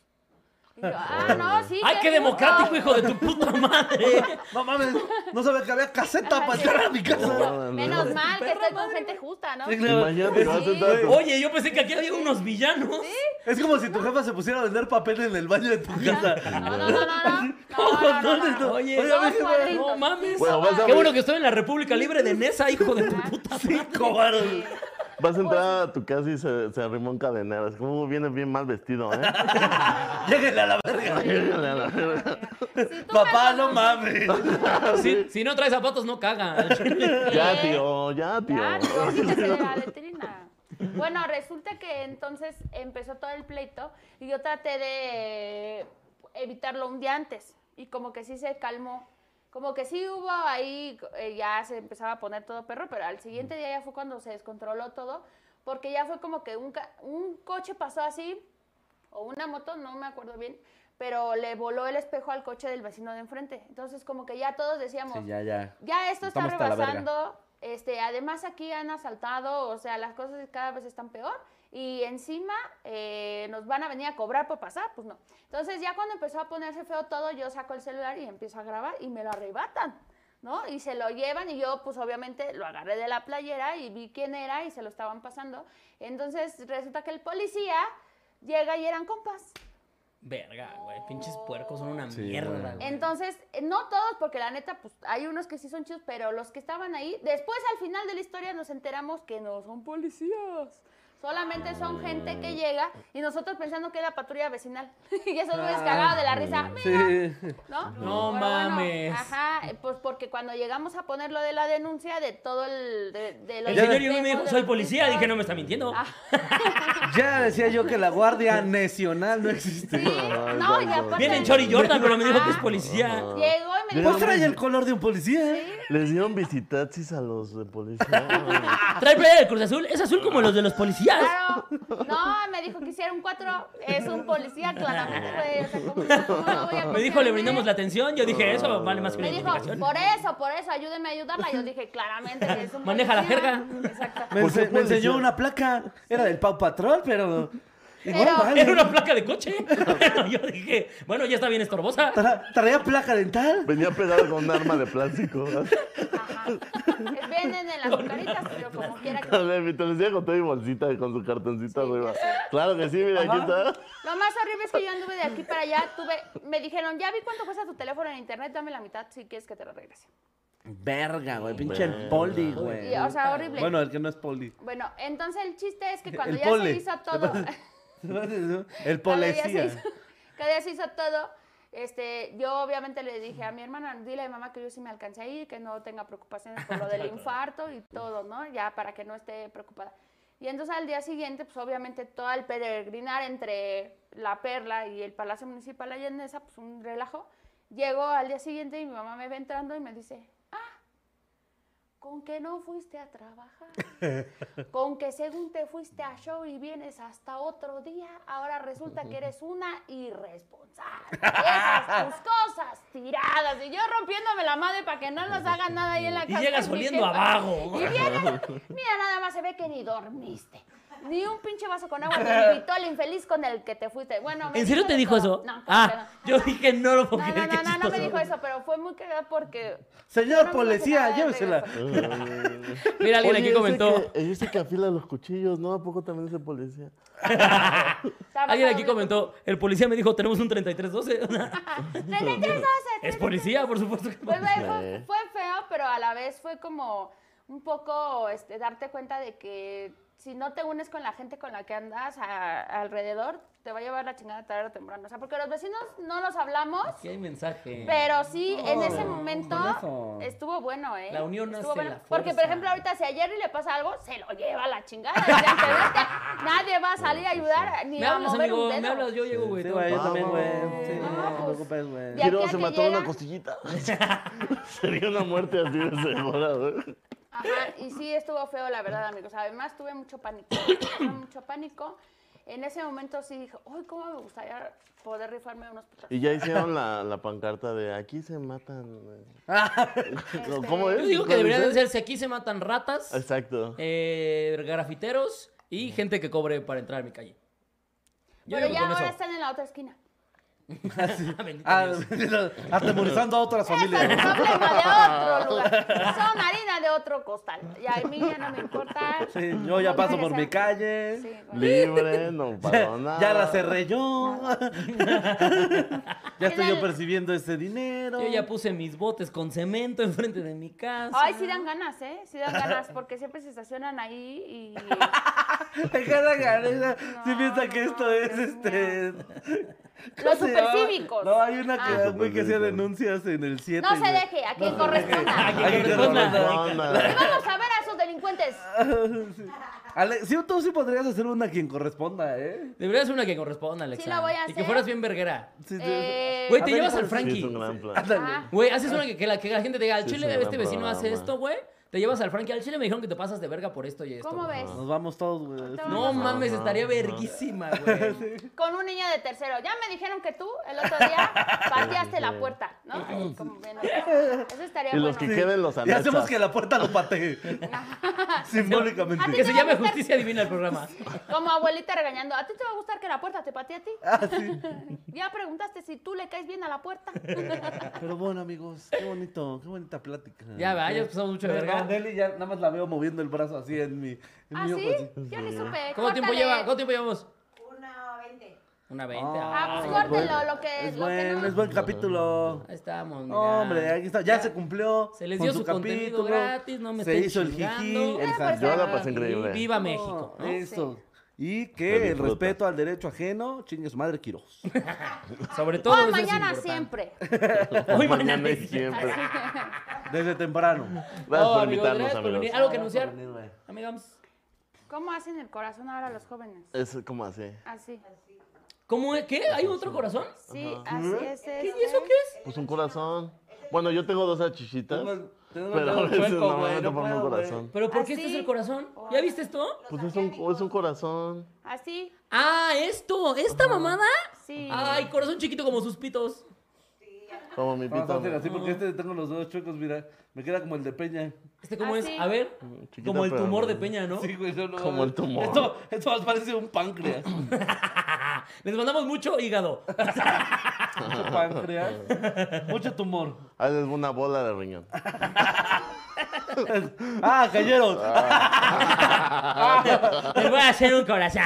Y yo, [LAUGHS] ah, no, sí. ¡Ay, qué justo". democrático, hijo de tu puta madre! No mames, no sabía que había caseta para entrar a mi casa. No, Menos no. mal que estoy con gente justa, ¿no? Sí, claro. Imagínate, vas a estar con- Oye, yo pensé que aquí había unos villanos. [LAUGHS] Es como si tu jefa se pusiera a vender papel en el baño de tu casa. No, no, no, no, no. [LAUGHS] No, no, no, no. Montones, no. Oye, Oye, Dos mi jefa, cuadritos. No mames. Bueno, vas a Qué ver- bueno que estoy en la República Libre de Nesa, hijo de tu puta cinco varos. Vas a entrar a tu casa y se, se arrimó un cadenero. Es como viene bien mal vestido, ¿eh? [LAUGHS] Lléguenle a la verga. Lléguenle a la verga. Si tú Papá, me no mames. Ah, Si, si no traes zapatos, no caga. Ya, tío, ya, tío. [LAUGHS] Ya, yo sí que se le da letrina. Bueno, resulta que entonces empezó todo el pleito y yo traté de evitarlo un día antes y como que sí se calmó. Como que sí hubo ahí, eh, ya se empezaba a poner todo perro, pero al siguiente día ya fue cuando se descontroló todo, porque ya fue como que un, ca- un coche pasó así, o una moto, no me acuerdo bien, pero le voló el espejo al coche del vecino de enfrente. Entonces como que ya todos decíamos, Sí, ya, ya. ya esto está Estamos hasta la verga. rebasando. Este, además aquí han asaltado, o sea, las cosas cada vez están peor y encima eh, nos van a venir a cobrar por pasar, pues no. Entonces ya cuando empezó a ponerse feo todo, yo saco el celular y empiezo a grabar y me lo arrebatan, ¿no? Y se lo llevan y yo pues obviamente lo agarré de la playera y vi quién era y se lo estaban pasando. Entonces resulta que el policía llega y eran compas. [LAUGHS] Verga, güey. Pinches puercos son una mierda, güey. Entonces, eh, no todos, porque la neta, pues hay unos que sí son chidos, pero los que estaban ahí, después al final de la historia nos enteramos que no son policías. Solamente son gente Ah. que llega y nosotros pensando que era patrulla vecinal. [LAUGHS] y esos güeyes cagados de la risa. "Mira", Sí. ¿No? Ah, No Pero bueno, mames. ajá, eh, pues porque cuando llegamos a poner lo de la denuncia de todo el. De, de los El señor llegó y extremos, me dijo, de soy los policía. extremos. Dije, no me está mintiendo. Ah. Ya decía yo que la Guardia Nacional no existe. Sí, no, y aparte. Viene en Chori Jordan, pero me dijo que es Ajá. policía. Llegó y me dijo. Pues trae el color de un policía. ¿eh? Les dieron visitatis a los de policía. Trae playa del Cruz Azul. Es azul como los de los policías. [LAUGHS] Claro. No, me dijo que hiciera un cuatro. Es un policía, Ah. claramente, güey. O sea, ¿cómo- cómo no voy [LAUGHS] a Me dijo, le confiar en brindamos él? la atención. Yo dije, eso vale más que una Ah. Me dijo, identificación. por eso, por eso, ayúdeme a ayudarla. Yo dije, claramente que es un Maneja la policía. jerga. Exacto. Me, ¿Por qué ense- me enseñó policía? una placa. Era del Pau Patrol, pero. Igual, Pero- [LAUGHS] vale. Era una placa de coche. [LAUGHS] Pero yo dije, bueno, ya está bien estorbosa. Tra- traía placa dental. Venía pegado con un arma de plástico. [LAUGHS] Ajá. [LAUGHS] Venden en las azucaritas, pero como quiera que... Con el decía con todo y bolsita, con su cartoncito arriba. Claro que sí, mira, aquí está. Lo más horrible es que yo anduve de aquí para allá. Tuve... Me dijeron, ya vi cuánto cuesta tu teléfono en internet, dame la mitad si quieres que te lo regrese. Verga, güey. Pinche el poli, güey. Y, o sea, horrible. Bueno, el que no es poli. Bueno, entonces el chiste es que cuando El ya pole. se hizo todo... [LAUGHS] El Cada día se policía. hizo- [LAUGHS] Cada día se hizo todo. Este, yo obviamente le dije a mi hermana, dile a mi mamá que yo sí me alcancé a ir, que no tenga preocupaciones por lo del infarto y todo, ¿no? Ya para que no esté preocupada. Y entonces al día siguiente, pues obviamente todo el peregrinar entre la Perla y el Palacio Municipal allá en esa, pues un relajo. Llego al día siguiente y mi mamá me ve entrando y me dice, ah, Con que no fuiste a trabajar, [LAUGHS] con que según te fuiste a show y vienes hasta otro día, ahora resulta que eres una irresponsable. [LAUGHS] Dejas tus cosas tiradas y yo rompiéndome la madre para que no nos hagan nada ahí en la Y casa. llegas mi oliendo a jefa. vago. Y vienes- mira, nada más se ve que ni dormiste. Ni un pinche vaso con agua te invitó el infeliz con el que te fuiste. Bueno, me ¿En serio te dijo de todo. eso? No, claro ah, yo dije no lo que puedo no. No, no, creer, qué no, no, no me chistoso. dijo eso, pero fue muy cagado porque. Señor no me policía, imaginaba de llévesela. regreso. Mira, alguien Oye, aquí ese comentó. que- ese que afila los cuchillos, ¿no? ¿A poco también es el policía? Estaba Alguien aquí doble comentó, el policía me dijo, tenemos un [LAUGHS] 3312. cuchillo. 33, 12, es policía, por ¿eh? supuesto que es Pues, policía. güey, fue, Sí. fue feo, pero a la vez fue como un poco este, darte cuenta de que si no te unes con la gente con la que andas a- alrededor, te va a llevar la chingada tarde o temprano. O sea, porque los vecinos no nos hablamos, Aquí hay mensaje. pero sí, en ese No, momento por eso. estuvo bueno, ¿eh? La unión Estuvo hace la Porque, por fuerza. ejemplo, ahorita si a Jerry le pasa algo, se lo lleva la chingada. Ya te vete, nadie va a salir a ayudar ni Me a hablas, mover amigo, un dedo. me hablas, yo llego, güey. Sí, tengo güey, yo que- también, güey. Sí, No, no te pues, preocupes, güey. ya- Quiero aquí se a que mató llega- una costillita. [LAUGHS] Sería una muerte así de ¿eh? segura, güey. Ajá, y sí estuvo feo, la verdad, amigos. Además, tuve mucho pánico. tuve mucho pánico. En ese momento sí dije, uy, cómo me gustaría poder rifarme unos putas. Y ya hicieron la, la pancarta de aquí se [LAUGHS] matan. güey. Este, ¿Cómo es? Yo digo que ¿Cuál debería de dice? hacerse aquí se matan ratas, [LAUGHS] Exacto. eh, grafiteros y gente que cobre para entrar a mi calle. Yo Pero digo ya con ahora eso. [LAUGHS] están en la otra esquina. Bendito Ah, [LAUGHS] Dios. atemorizando a otras Eso es familias. problema de otro lugar. Son harina de otro costal. Y a mí ya no me importa. Sí, yo ya No paso por interesa. mi calle. Sí, güey. Libre, no pagó nada. Ya la cerré yo. [LAUGHS] ya estoy yo percibiendo ese dinero. Yo ya puse mis botes con cemento [LAUGHS] enfrente de mi casa. Ay, sí dan ganas, ¿eh? Sí dan ganas, porque siempre se estacionan ahí y... [LAUGHS] En cada galera sí No, piensa que no, esto no, es Dios este. Los ¿cómo se llama? supercívicos. No, hay una que, Ah. un güey que hacía denuncias en el 7. No se deje, a quien corresponda. A Ay, quien que corresponda. [LAUGHS] Y vamos a ver a esos delincuentes. [LAUGHS] Ale, sí, tú sí podrías hacer una a quien corresponda, ¿eh? Debería ser una que corresponda, Alexa. la voy a Y que hacer. fueras bien verguera. Sí, sí. Eh, Güey, A te ver, llevas al entonces, Sí, Frankie. es un gran plan. Ándale. Ah. Güey, haces una que, que la, que la gente diga, al Sí, chile es un este gran vecino hace programa. esto, güey. Te llevas al Frankie, al chile me dijeron que te pasas de verga por esto y esto. ¿Cómo ves? Nos vamos todos, güey. No, No Ajá, mames, estaría ajá. verguísima, [LAUGHS] güey. Con un niño de tercero. Ya me dijeron que tú el otro [LAUGHS] día pateaste la puerta, ¿no? Ahí como bien, o sea, Eso estaría Y los bueno. que queden los Y hacemos anexas. que la puerta lo ¿A ti patee. Que Simbólicamente. te se va a llame gustar? Justicia Divina el [LAUGHS] programa. Como abuelita regañando. ¿A ti te va a gustar que la puerta te patee a ti? Ah, sí. Ya preguntaste si tú le caes bien a la puerta. Pero bueno, amigos, qué bonito, qué bonita plática. Ya, va, ya pasamos mucho de Verga, verga. Nelly ya nada más la veo moviendo el brazo así en mi. En [LAUGHS] ¿Ah, mi ojo, sí? así. Yo ni supe. ¿Cuánto tiempo, Córtale. lleva, ¿Cuánto tiempo llevamos? Una veinte. Una 20. Ah, pues ah, córtelo, lo que, Es lo que buen, no- es buen capítulo. ahí estamos, mira. Hombre, aquí está, ya se cumplió. Se les con dio su contenido gratis, no me Se estén hizo el chingando. jiji, Eh, el pues, san- Yo la Ah, Oh. pasé Y increíble. viva No, México. ¿no? eh, Eso. Y Se que el disfruta. respeto al derecho ajeno, chingue su madre, Quiroz. Sobre todo. Hoy, eso es Pues mañana importante. siempre. Hoy, Mañana mañana y es siempre. Desde temprano. Gracias Oh, por amigos, invitarnos, gracias por amigos. venir. Ah, ¿Algo que Gracias por anunciar? venir, güey. Amigams, ¿Cómo hacen el corazón ahora los jóvenes? Es como así. Así. ¿Cómo es? ¿Qué? ¿Hay otro corazón? Sí, así es. ¿Qué- ¿Y Ah, eso qué es? Pues un corazón. Bueno, yo tengo dos salchichitas. Tengo- tengo [LAUGHS] el Pero dedo eso chueco, no güey, me no meto por puedo, un güey. corazón. ¿Pero por qué Así. este es el corazón? ¿Ya viste esto? Pues es un, es un corazón. Así. Ah, esto. ¿Esta mamada? Sí. Ay, corazón chiquito como sus pitos. Como mi Vamos a pito. hacer así porque este tengo los dedos chuecos, mira. Me queda como el de Peña. ¿Este cómo es? Así. A ver. Mm, chiquito, Como el pero- tumor de Peña, ¿no? Sí, güey, yo no- Como el tumor. Esto, esto más parece un [LAUGHS] páncreas. un Les mandamos mucho hígado. [LAUGHS] páncreas. Mucho tumor. Ahí les va una bola de [LAUGHS] riñón. Ah, cayeron. Les voy a hacer un corazón.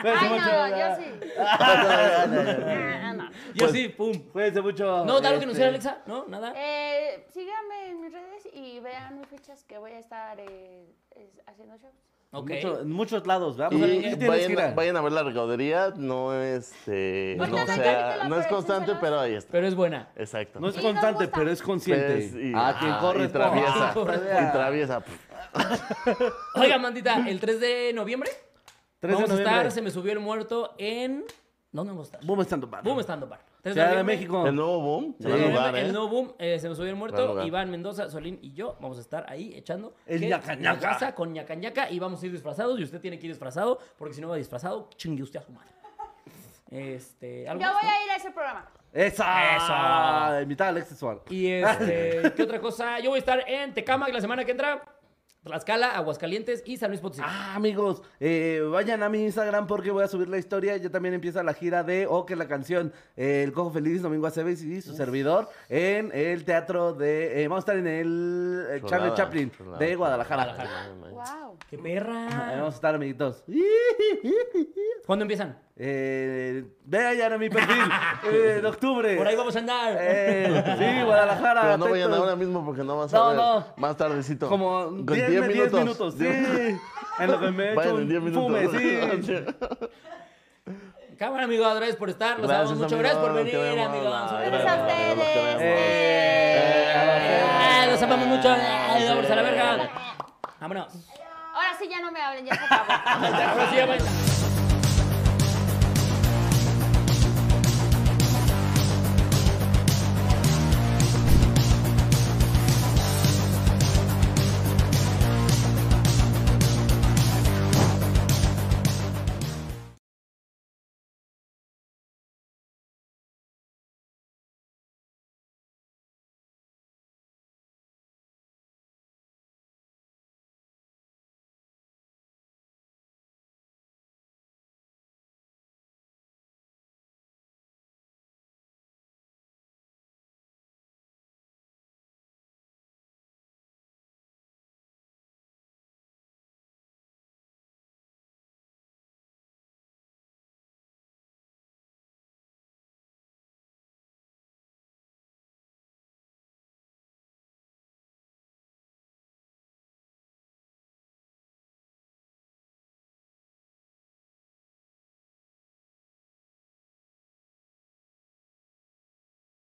Cuídense Ay, mucho. no, yo sí. Ah, no, no, no. Ah, no. Yo sí, pum. Cuídense mucho. No, da lo que Pues, anunciar, Este, Alexa. No, nada. Eh, síganme en mis redes y vean mis fechas que voy a estar eh, es- haciendo shows. Ok. mucho- en muchos lados, ¿verdad? Y Vamos a ver qué tienes que ir a- vayan, vayan a ver la recaudería. No, este, No es no, constante, sea- ahorita no la es constante, producción se pero ahí está. Pero es buena. Exacto. No es Y nos constante, gusta. pero es Pues, consciente. y- a quien ajá, corre. Y [LAUGHS] traviesa. Correcto. y traviesa. Oiga, mandita, el 3 de noviembre 3 de vamos a noviembre. estar, se me subió el muerto en... ¿Dónde vamos a estar? Boom estando bar. Boom Estando Bar. 3 de Ciudad de noviembre. México. El nuevo boom. se El, va a Sí. lograr, ¿eh? el nuevo boom, eh, se nos subió el Gran muerto. lugar. Iván Mendoza, Solín y yo vamos a estar ahí echando El que- ñaca, ñaca. la casa con ñacañaca y vamos a ir disfrazados y usted tiene que ir disfrazado porque si no va disfrazado, chingue usted a su madre. Este, algo Yo más, voy no? a ir a ese programa. ¡Esa! Ah, Eso. Invitar a Alex Suárez. Y este, ¿qué otra cosa? Yo voy a estar en Tecama la semana que entra. Tlaxcala, Aguascalientes y San Luis Potosí. Ah, amigos, eh, vayan a mi Instagram porque voy a subir la historia. Ya también empieza la gira de O que la canción eh, El Cojo Feliz, Domingo Aceves y su servidor en el teatro de. eh, vamos a estar en el eh, Charlie Chulada, Chaplin chulada, de Guadalajara. Guadalajara. Wow. ¡Qué Ahí perra! vamos a estar, amiguitos. [LAUGHS] ¿Cuándo empiezan? Eh, vean a [LAUGHS] mi perfil eh, de octubre. Por ahí vamos a andar. Eh, sí, Guadalajara. Pero no vayan atentos. ahora mismo porque no vas a No, ver. no. Más tardecito. Como Con 10 10 minutos. [LAUGHS] Sí. En lo que me he hecho Vayan en un 10 minutos. [LAUGHS] fume, sí. Cámara, amigos, gracias por estar. Los Gracias, amamos mucho. amigo. Gracias por Te venir, vemos. amigos. Gracias a Gracias. ustedes. Eh, Ah, los amamos mucho. Ah, Sí. Vámonos a la verga. Vámonos. Ahora sí ya no me hablen, ya se acabó. [LAUGHS] Ahora sí, ya basta.